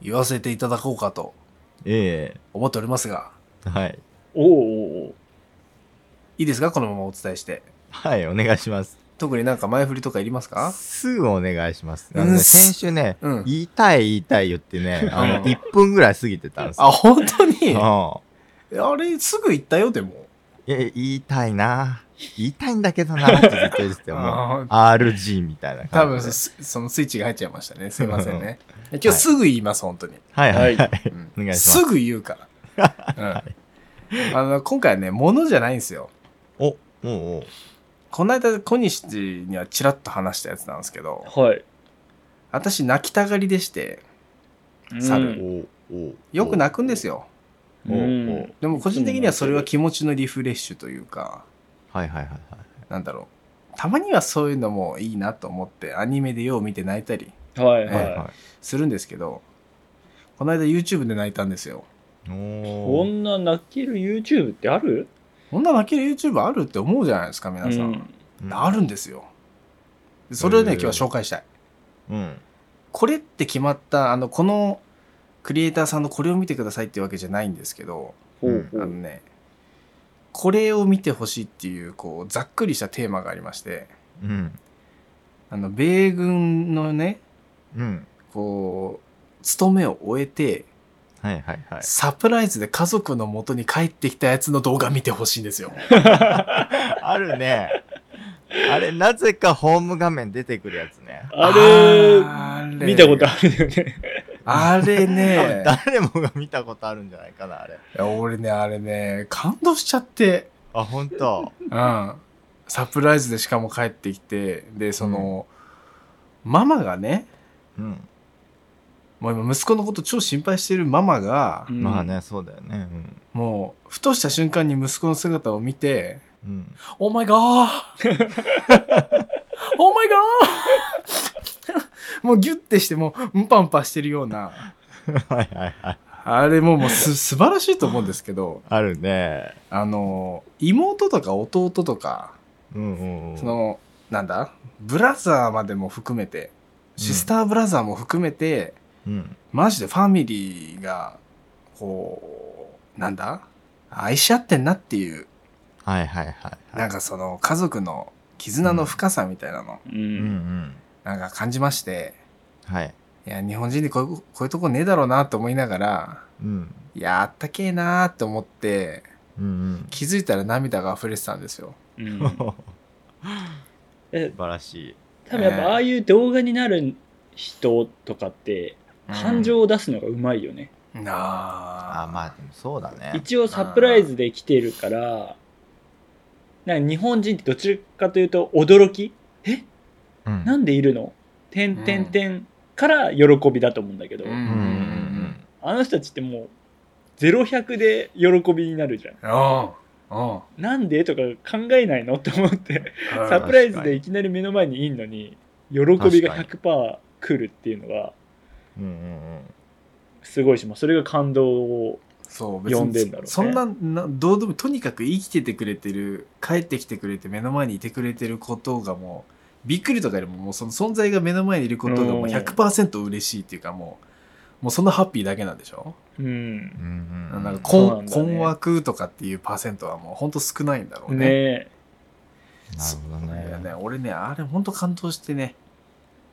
[SPEAKER 3] 言わせていただこうかと
[SPEAKER 4] え
[SPEAKER 3] 思っておりますが、
[SPEAKER 4] えはい。
[SPEAKER 2] おうおうおう
[SPEAKER 3] いいですかこのままお伝えして。
[SPEAKER 4] はい、お願いします。
[SPEAKER 3] 特になんか前振りとかいりますか
[SPEAKER 4] すぐお願いします。
[SPEAKER 3] うん
[SPEAKER 4] あのね先週ね、
[SPEAKER 3] うん
[SPEAKER 4] 言いたい言いたい言ってね、あの、
[SPEAKER 3] うん
[SPEAKER 4] 1分ぐらい過ぎてたんですよ。
[SPEAKER 3] あ、本当に
[SPEAKER 4] あ
[SPEAKER 3] あれ、すぐ行ったよ、でも。
[SPEAKER 4] いや、言いたいな。言いたいんだけどなってずっと言って て、もう RG みたいな感じで。
[SPEAKER 3] 多分すそのスイッチが入っちゃいましたね。すいませんね。今日すぐ言います、本当に。
[SPEAKER 4] はいはい、はい
[SPEAKER 2] は
[SPEAKER 3] うん
[SPEAKER 4] お願いします
[SPEAKER 3] すぐ言うから。うん、あの今回はね、物じゃないんですよ。
[SPEAKER 4] おおうおう
[SPEAKER 3] この間、小西にはちらっと話したやつなんですけど、
[SPEAKER 2] はい
[SPEAKER 3] 私泣きたがりでして、猿
[SPEAKER 2] うん
[SPEAKER 4] おうおう
[SPEAKER 3] よく泣くんですよ。
[SPEAKER 4] おうおう
[SPEAKER 2] うん
[SPEAKER 3] でも個人的にはそれは気持ちのリフレッシュというか、
[SPEAKER 4] はいはいはいはい
[SPEAKER 3] なんだろう。たまにはそういうのもいいなと思って、アニメでよう見て泣いたり
[SPEAKER 2] はいはい、
[SPEAKER 4] はいは
[SPEAKER 3] するんですけど、この間 YouTube で泣いたんですよ。
[SPEAKER 4] い
[SPEAKER 2] こ
[SPEAKER 4] おー
[SPEAKER 2] んな泣ける YouTube ってある
[SPEAKER 3] こんな泣ける YouTube あるって思うじゃないですか、皆さん。
[SPEAKER 4] うん
[SPEAKER 3] あるんですよ。でそれをね、
[SPEAKER 4] へー
[SPEAKER 3] 今日は紹介したい。
[SPEAKER 4] うん
[SPEAKER 3] これって決まった、あの、このクリエイターさんのこれを見てくださいっていうわけじゃないんですけど、
[SPEAKER 2] ほうほ
[SPEAKER 3] あの
[SPEAKER 2] う
[SPEAKER 3] ね、これを見てほしいっていう、こう、ざっくりしたテーマがありまして、
[SPEAKER 4] うん
[SPEAKER 3] あの、米軍のね、
[SPEAKER 4] うん
[SPEAKER 3] こう、勤めを終えて、
[SPEAKER 4] はいはいはい
[SPEAKER 3] サプライズで家族の元に帰ってきたやつの動画見てほしいんですよ。
[SPEAKER 4] あるねあれなぜかホーム画面出てくるやつね
[SPEAKER 2] あれ
[SPEAKER 3] あれ
[SPEAKER 2] 見たことあるよね
[SPEAKER 3] あれ ね、
[SPEAKER 4] 誰もが見たことあるんじゃないかなあれ
[SPEAKER 3] いや俺ね、あれね、感動しちゃって、
[SPEAKER 4] あ本当
[SPEAKER 3] うん。サプライズでしかも帰ってきて、で、その、ママがね、
[SPEAKER 4] うん、
[SPEAKER 3] もう今息子のこと超心配してるママが、
[SPEAKER 2] うん
[SPEAKER 4] まあねそうだよねうん
[SPEAKER 3] もう、ふとした瞬間に息子の姿を見て、
[SPEAKER 4] うん、
[SPEAKER 3] オーマイガーオーマイガ ーもうギュッてして、もう、ンパンパしてるような、
[SPEAKER 4] はいはいはい
[SPEAKER 3] あれもうもうす素晴らしいと思うんですけど、
[SPEAKER 4] あるね
[SPEAKER 3] あの、妹とか弟とか、
[SPEAKER 4] うんうんうん
[SPEAKER 3] そのなんだブラザーまでも含めてシスターブラザーも含めて、
[SPEAKER 4] うん
[SPEAKER 3] マジでファミリーがこうなんだ愛し合ってんなっていう
[SPEAKER 4] はいはいはいは
[SPEAKER 3] なん
[SPEAKER 4] い
[SPEAKER 3] かその家族の絆の深さみたいなの、
[SPEAKER 2] う
[SPEAKER 4] うんうんん
[SPEAKER 3] なんか感じまして
[SPEAKER 4] はい
[SPEAKER 3] いや日本人でこういうこういうとこねえだろうなと思いながら
[SPEAKER 4] うん
[SPEAKER 3] いやあったけえなーって思って
[SPEAKER 4] うんうん
[SPEAKER 3] 気づいたら涙が溢れてたんですよ。
[SPEAKER 2] うん
[SPEAKER 4] 素
[SPEAKER 2] え
[SPEAKER 4] 晴らしい
[SPEAKER 2] 多分やっぱああいう動画になる人とかって感情を出すのがうまいよね、
[SPEAKER 3] なあ
[SPEAKER 4] あまあでもそうだね
[SPEAKER 2] 一応サプライズで来てるからなんか日本人ってどちらかというと驚き
[SPEAKER 4] うん
[SPEAKER 2] なんでいるの点点点から喜びだと思うんだけど、
[SPEAKER 4] うんうんうん
[SPEAKER 2] あの人たちってもう0100で喜びになるじゃん
[SPEAKER 3] うんうん
[SPEAKER 2] なんでとか考えないのって思 ってサプライズでいきなり目の前にいんのに喜びが100%来るっていうのが
[SPEAKER 4] うんうん
[SPEAKER 2] すごいしもうそれが感動を
[SPEAKER 3] そう
[SPEAKER 2] 呼んでんだろうね
[SPEAKER 3] そんななどうでもとにかく生きててくれてる帰ってきてくれて目の前にいてくれてることがもうびっくりとかよりももうその存在が目の前にいることが
[SPEAKER 2] う
[SPEAKER 3] もう
[SPEAKER 2] ん
[SPEAKER 3] 100%嬉しいっていうかもうもうそのハッピーだけなんでしょ、
[SPEAKER 2] うん
[SPEAKER 4] うんうんうん
[SPEAKER 3] なんか
[SPEAKER 2] そう
[SPEAKER 3] 困
[SPEAKER 2] なんだね
[SPEAKER 3] 困惑とかっていうパーセントはもうほんと少ないんだろうね
[SPEAKER 2] ね
[SPEAKER 4] なるほど
[SPEAKER 3] いや
[SPEAKER 4] ね
[SPEAKER 3] ね俺ねあれほんと感動してね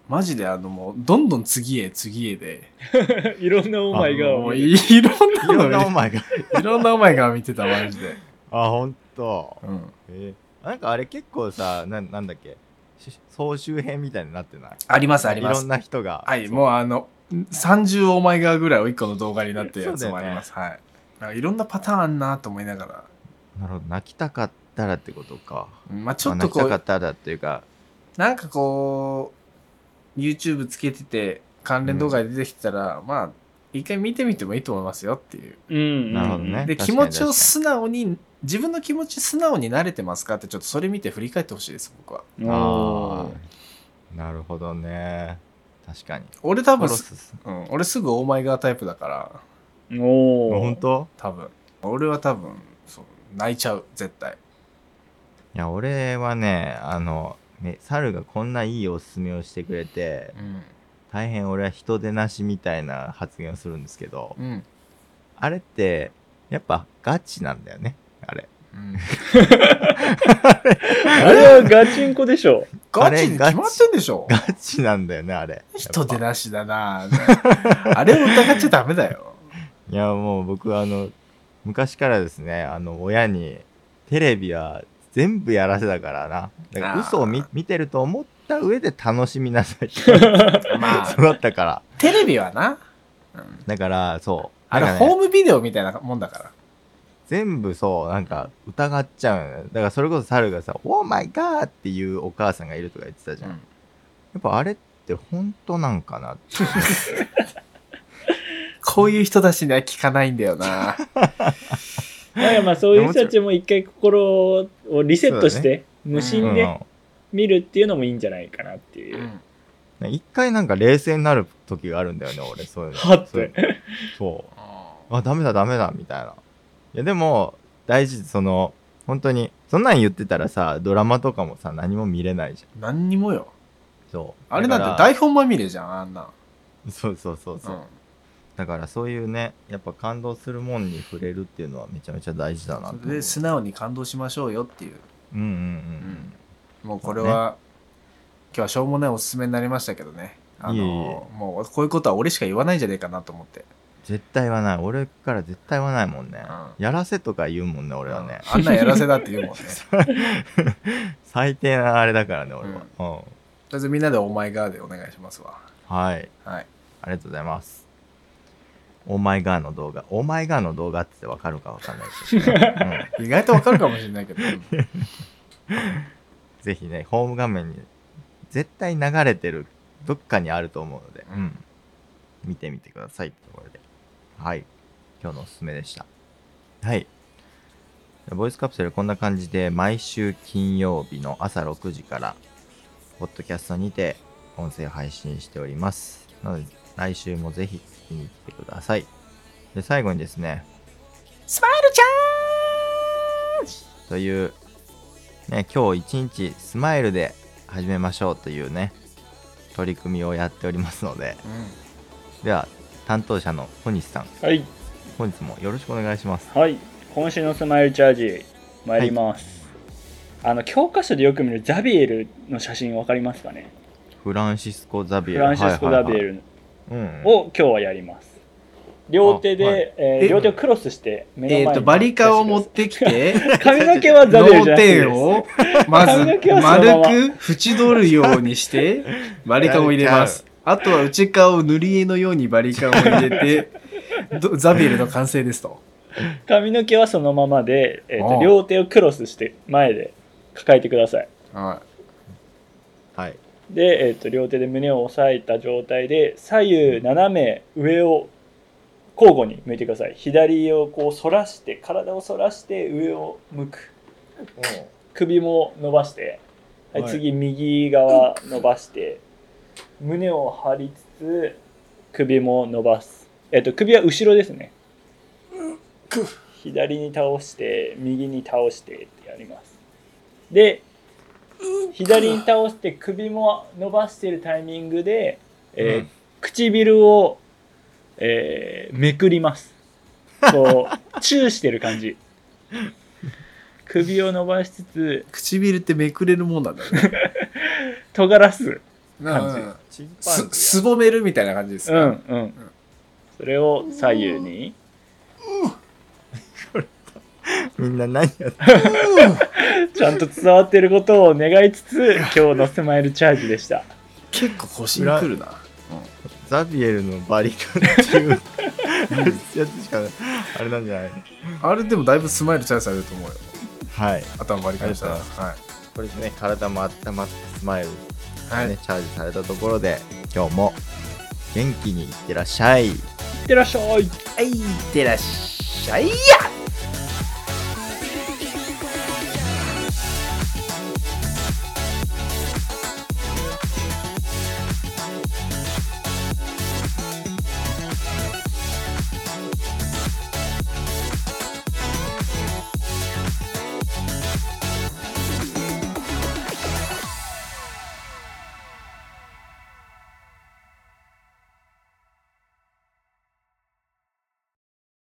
[SPEAKER 3] マジであのもうどんどん次へ次へで
[SPEAKER 2] え いろんなお前が
[SPEAKER 3] もういいろ
[SPEAKER 4] いろ
[SPEAKER 3] ん
[SPEAKER 4] ん
[SPEAKER 3] な
[SPEAKER 4] な
[SPEAKER 3] の
[SPEAKER 4] お前 が
[SPEAKER 3] 見いろんなお前が見てたマジで、
[SPEAKER 4] あ本当。
[SPEAKER 3] うん、
[SPEAKER 4] えーなんかあれ結構さななんだっけし総集編みたいになってない
[SPEAKER 3] ありますあり
[SPEAKER 4] い
[SPEAKER 3] ます
[SPEAKER 4] ろんな人が
[SPEAKER 3] はい、もうあの、30オーマイガーぐらいを1個の動画になってるやつ
[SPEAKER 4] そう
[SPEAKER 3] も
[SPEAKER 4] だ
[SPEAKER 3] あ
[SPEAKER 4] よね
[SPEAKER 3] ります。はい。なんかいろんなパターンあんなと思いながら、
[SPEAKER 4] なるほど泣きたかったらってことか
[SPEAKER 3] まあち
[SPEAKER 4] ち
[SPEAKER 3] ょっとこ
[SPEAKER 4] 泣きた
[SPEAKER 3] う
[SPEAKER 4] か、ったらっていうか
[SPEAKER 3] なんかこう、YouTube つけてて、関連動画で出てきたら、まあ、一回見てみてもいいと思いますよっていう。
[SPEAKER 2] うん
[SPEAKER 4] なるほどね
[SPEAKER 3] で、
[SPEAKER 4] 確か
[SPEAKER 3] 気
[SPEAKER 4] に
[SPEAKER 3] 持ちを素直に、自分の気持ち素直に慣れてますかって、ちょっとそれ見て振り返ってほしいです、僕は。
[SPEAKER 2] うん
[SPEAKER 4] ああなるほどね確かに
[SPEAKER 3] 俺多
[SPEAKER 4] コ
[SPEAKER 3] 分
[SPEAKER 4] ロ、ス
[SPEAKER 3] うん、俺すぐオーマイガータイプだから、
[SPEAKER 2] おー
[SPEAKER 4] 本当
[SPEAKER 3] 多分。俺は多分、そう、泣いちゃう、絶対。
[SPEAKER 4] いや俺はねあのね猿がこんないいおすすめをしてくれて
[SPEAKER 3] うん。
[SPEAKER 4] 大変俺は人でなしみたいな発言をするんですけど
[SPEAKER 3] うん。
[SPEAKER 4] あれってやっぱガチなんだよねあれ
[SPEAKER 3] うん
[SPEAKER 2] あれはガチンコでし ょ
[SPEAKER 3] ガチに決まってんでしょ
[SPEAKER 4] ガチなんだよねあれ
[SPEAKER 3] 人出なしだなあれを疑っちゃダメだよ。
[SPEAKER 4] いやもう僕あの昔からですねあの親にテレビは全部やらせだからなだから
[SPEAKER 3] あー
[SPEAKER 4] 嘘を見見てると思った上で楽しみなさいって育
[SPEAKER 3] まあ、
[SPEAKER 4] ったから
[SPEAKER 3] テレビはな、
[SPEAKER 4] だからそう
[SPEAKER 3] あれ
[SPEAKER 4] なんかね
[SPEAKER 3] ホームビデオみたいなもんだから。
[SPEAKER 4] 全部そうなんか疑っちゃうのよだからそれこそ猿がさ「オーマイガー!」っていうお母さんがいるとか言ってたじゃん、
[SPEAKER 3] うん
[SPEAKER 4] やっぱあれって本当なんかなって
[SPEAKER 3] こういう人たちには聞かないんだよな。
[SPEAKER 2] だからまあそういう人たちも一回心をリセットして無
[SPEAKER 3] う
[SPEAKER 2] 心
[SPEAKER 4] う
[SPEAKER 2] で
[SPEAKER 4] ん
[SPEAKER 2] 見るっていうのもいいんじゃないかなっていう、
[SPEAKER 4] 一回なんか冷静になる時があるんだよね俺そういうの
[SPEAKER 2] はっ
[SPEAKER 4] そう
[SPEAKER 2] て
[SPEAKER 4] そうあダメだダメだみたいないやでも大事その本当にそんなん言ってたらさドラマとかもさ何も見れないじゃん
[SPEAKER 3] 何にもよ。
[SPEAKER 4] そう
[SPEAKER 3] あれなんて
[SPEAKER 4] だか
[SPEAKER 3] 台本まみれじゃん、あんな。
[SPEAKER 4] ら そうそうそうそう、
[SPEAKER 3] う
[SPEAKER 4] だからそういうねやっぱ感動するもんに触れるっていうのはめちゃめちゃ大事だなと
[SPEAKER 3] ん、
[SPEAKER 4] 思う
[SPEAKER 3] で、素直に感動しましょうよっていう。
[SPEAKER 4] うんうん
[SPEAKER 3] もうこれは、今日はしょうもないおすすめになりましたけどね。あの
[SPEAKER 4] いえいえ
[SPEAKER 3] もうこういうことは俺しか言わないんじゃねえかなと思って。
[SPEAKER 4] うん絶対はない俺から絶対はないもんね、
[SPEAKER 3] う
[SPEAKER 4] やらせとか言うもんね俺はね、
[SPEAKER 3] あんなんやらせだって言 うもんね。
[SPEAKER 4] 最低なあれだからね俺は、うん
[SPEAKER 3] とりあえずみんなでお前がでお願いしますわ。
[SPEAKER 4] はい
[SPEAKER 3] はい。
[SPEAKER 4] ありがとうございますオーマイガーの動画。オーマイガーの動画ってわかるかわかんないですけど、ね
[SPEAKER 3] 意外とわかるかもしれない けど。うん
[SPEAKER 4] うんぜひね、ホーム画面に絶対流れてる、どっかにあると思うので、うん見てみてくださいってところで。はい。今日のおすすめでした。はい。ボイスカプセルこんな感じで毎週金曜日の朝6時から、ポッドキャストにて音声配信しております。なので、来週もぜひ聞きに来てください。で、最後にですね、スマイルチャーンジという、ね、今日一日スマイルで始めましょうというね、取り組みをやっておりますので、では担当者の小西さん
[SPEAKER 2] はい
[SPEAKER 4] 本日もよろしくお願いします
[SPEAKER 2] はい今週のスマイルチャージ参ります、あの教科書でよく見るザビエルの写真わかりますかね
[SPEAKER 4] フランシスコ・ザビエ
[SPEAKER 2] フ
[SPEAKER 4] ル
[SPEAKER 2] ランシスコ・ザビエ
[SPEAKER 4] はい
[SPEAKER 2] ル
[SPEAKER 4] はいはいうん
[SPEAKER 2] を今日はやります両手で、
[SPEAKER 4] あはい
[SPEAKER 2] えー
[SPEAKER 3] え
[SPEAKER 2] 両手をクロスして目の前
[SPEAKER 3] え
[SPEAKER 2] に
[SPEAKER 3] っと、バリカを持ってき て、
[SPEAKER 2] 髪の毛はザビエルじゃなく
[SPEAKER 3] 脳
[SPEAKER 2] て
[SPEAKER 3] 天を、まず
[SPEAKER 2] 髪の毛、はそのまま
[SPEAKER 3] 丸く縁取るようにして、バリカンを入れます。あとは内側を塗り絵のようにバリカンを入れて、 どザビエルの完成ですと。
[SPEAKER 2] 髪の毛はそのままで、えー
[SPEAKER 3] あ
[SPEAKER 2] と
[SPEAKER 3] あ
[SPEAKER 2] 両手をクロスして前で抱えてください
[SPEAKER 3] は
[SPEAKER 4] はい
[SPEAKER 2] で、えー、と両手で胸を押さえた状態で左右斜め上を交互に向いてください左をこう反らして体を反らして上を向く首も伸ばして、はい
[SPEAKER 3] はい
[SPEAKER 2] 次右側伸ばして胸を張りつつ首も伸ばす、えっと首は後ろですね左に倒して右に倒してってやりますで左に倒して首も伸ばしてるタイミングで、えー
[SPEAKER 4] うん
[SPEAKER 2] 唇を、えーめくりますこうチューしてる感じ首を伸ばしつつ
[SPEAKER 3] い。唇ってめくれるもんなんだね。
[SPEAKER 2] 尖らす
[SPEAKER 3] 感じ
[SPEAKER 2] うん
[SPEAKER 4] チンパンジー
[SPEAKER 3] す
[SPEAKER 4] や、
[SPEAKER 3] すぼめるみたいな感じです
[SPEAKER 2] うん
[SPEAKER 3] ね。
[SPEAKER 2] うんそれを左右に
[SPEAKER 4] みんな何やって
[SPEAKER 2] ちゃんと伝わってることを願いつつ今日のスマイルチャージでした
[SPEAKER 3] 結構腰にくるな。
[SPEAKER 4] ザビエルのバリカンっていうやつしかあれなんじゃない
[SPEAKER 3] あれでもだいぶスマイルチャンスあると思うよ。
[SPEAKER 4] はい
[SPEAKER 3] 頭バリカンしたら。
[SPEAKER 4] ありがと
[SPEAKER 3] は
[SPEAKER 4] これでね体も温まってスマイル、ね
[SPEAKER 3] い。はい。
[SPEAKER 4] チャージされたところで今日も元気にいってらっしゃいいっ
[SPEAKER 2] いってらっしゃい
[SPEAKER 4] てらっしゃい
[SPEAKER 3] いや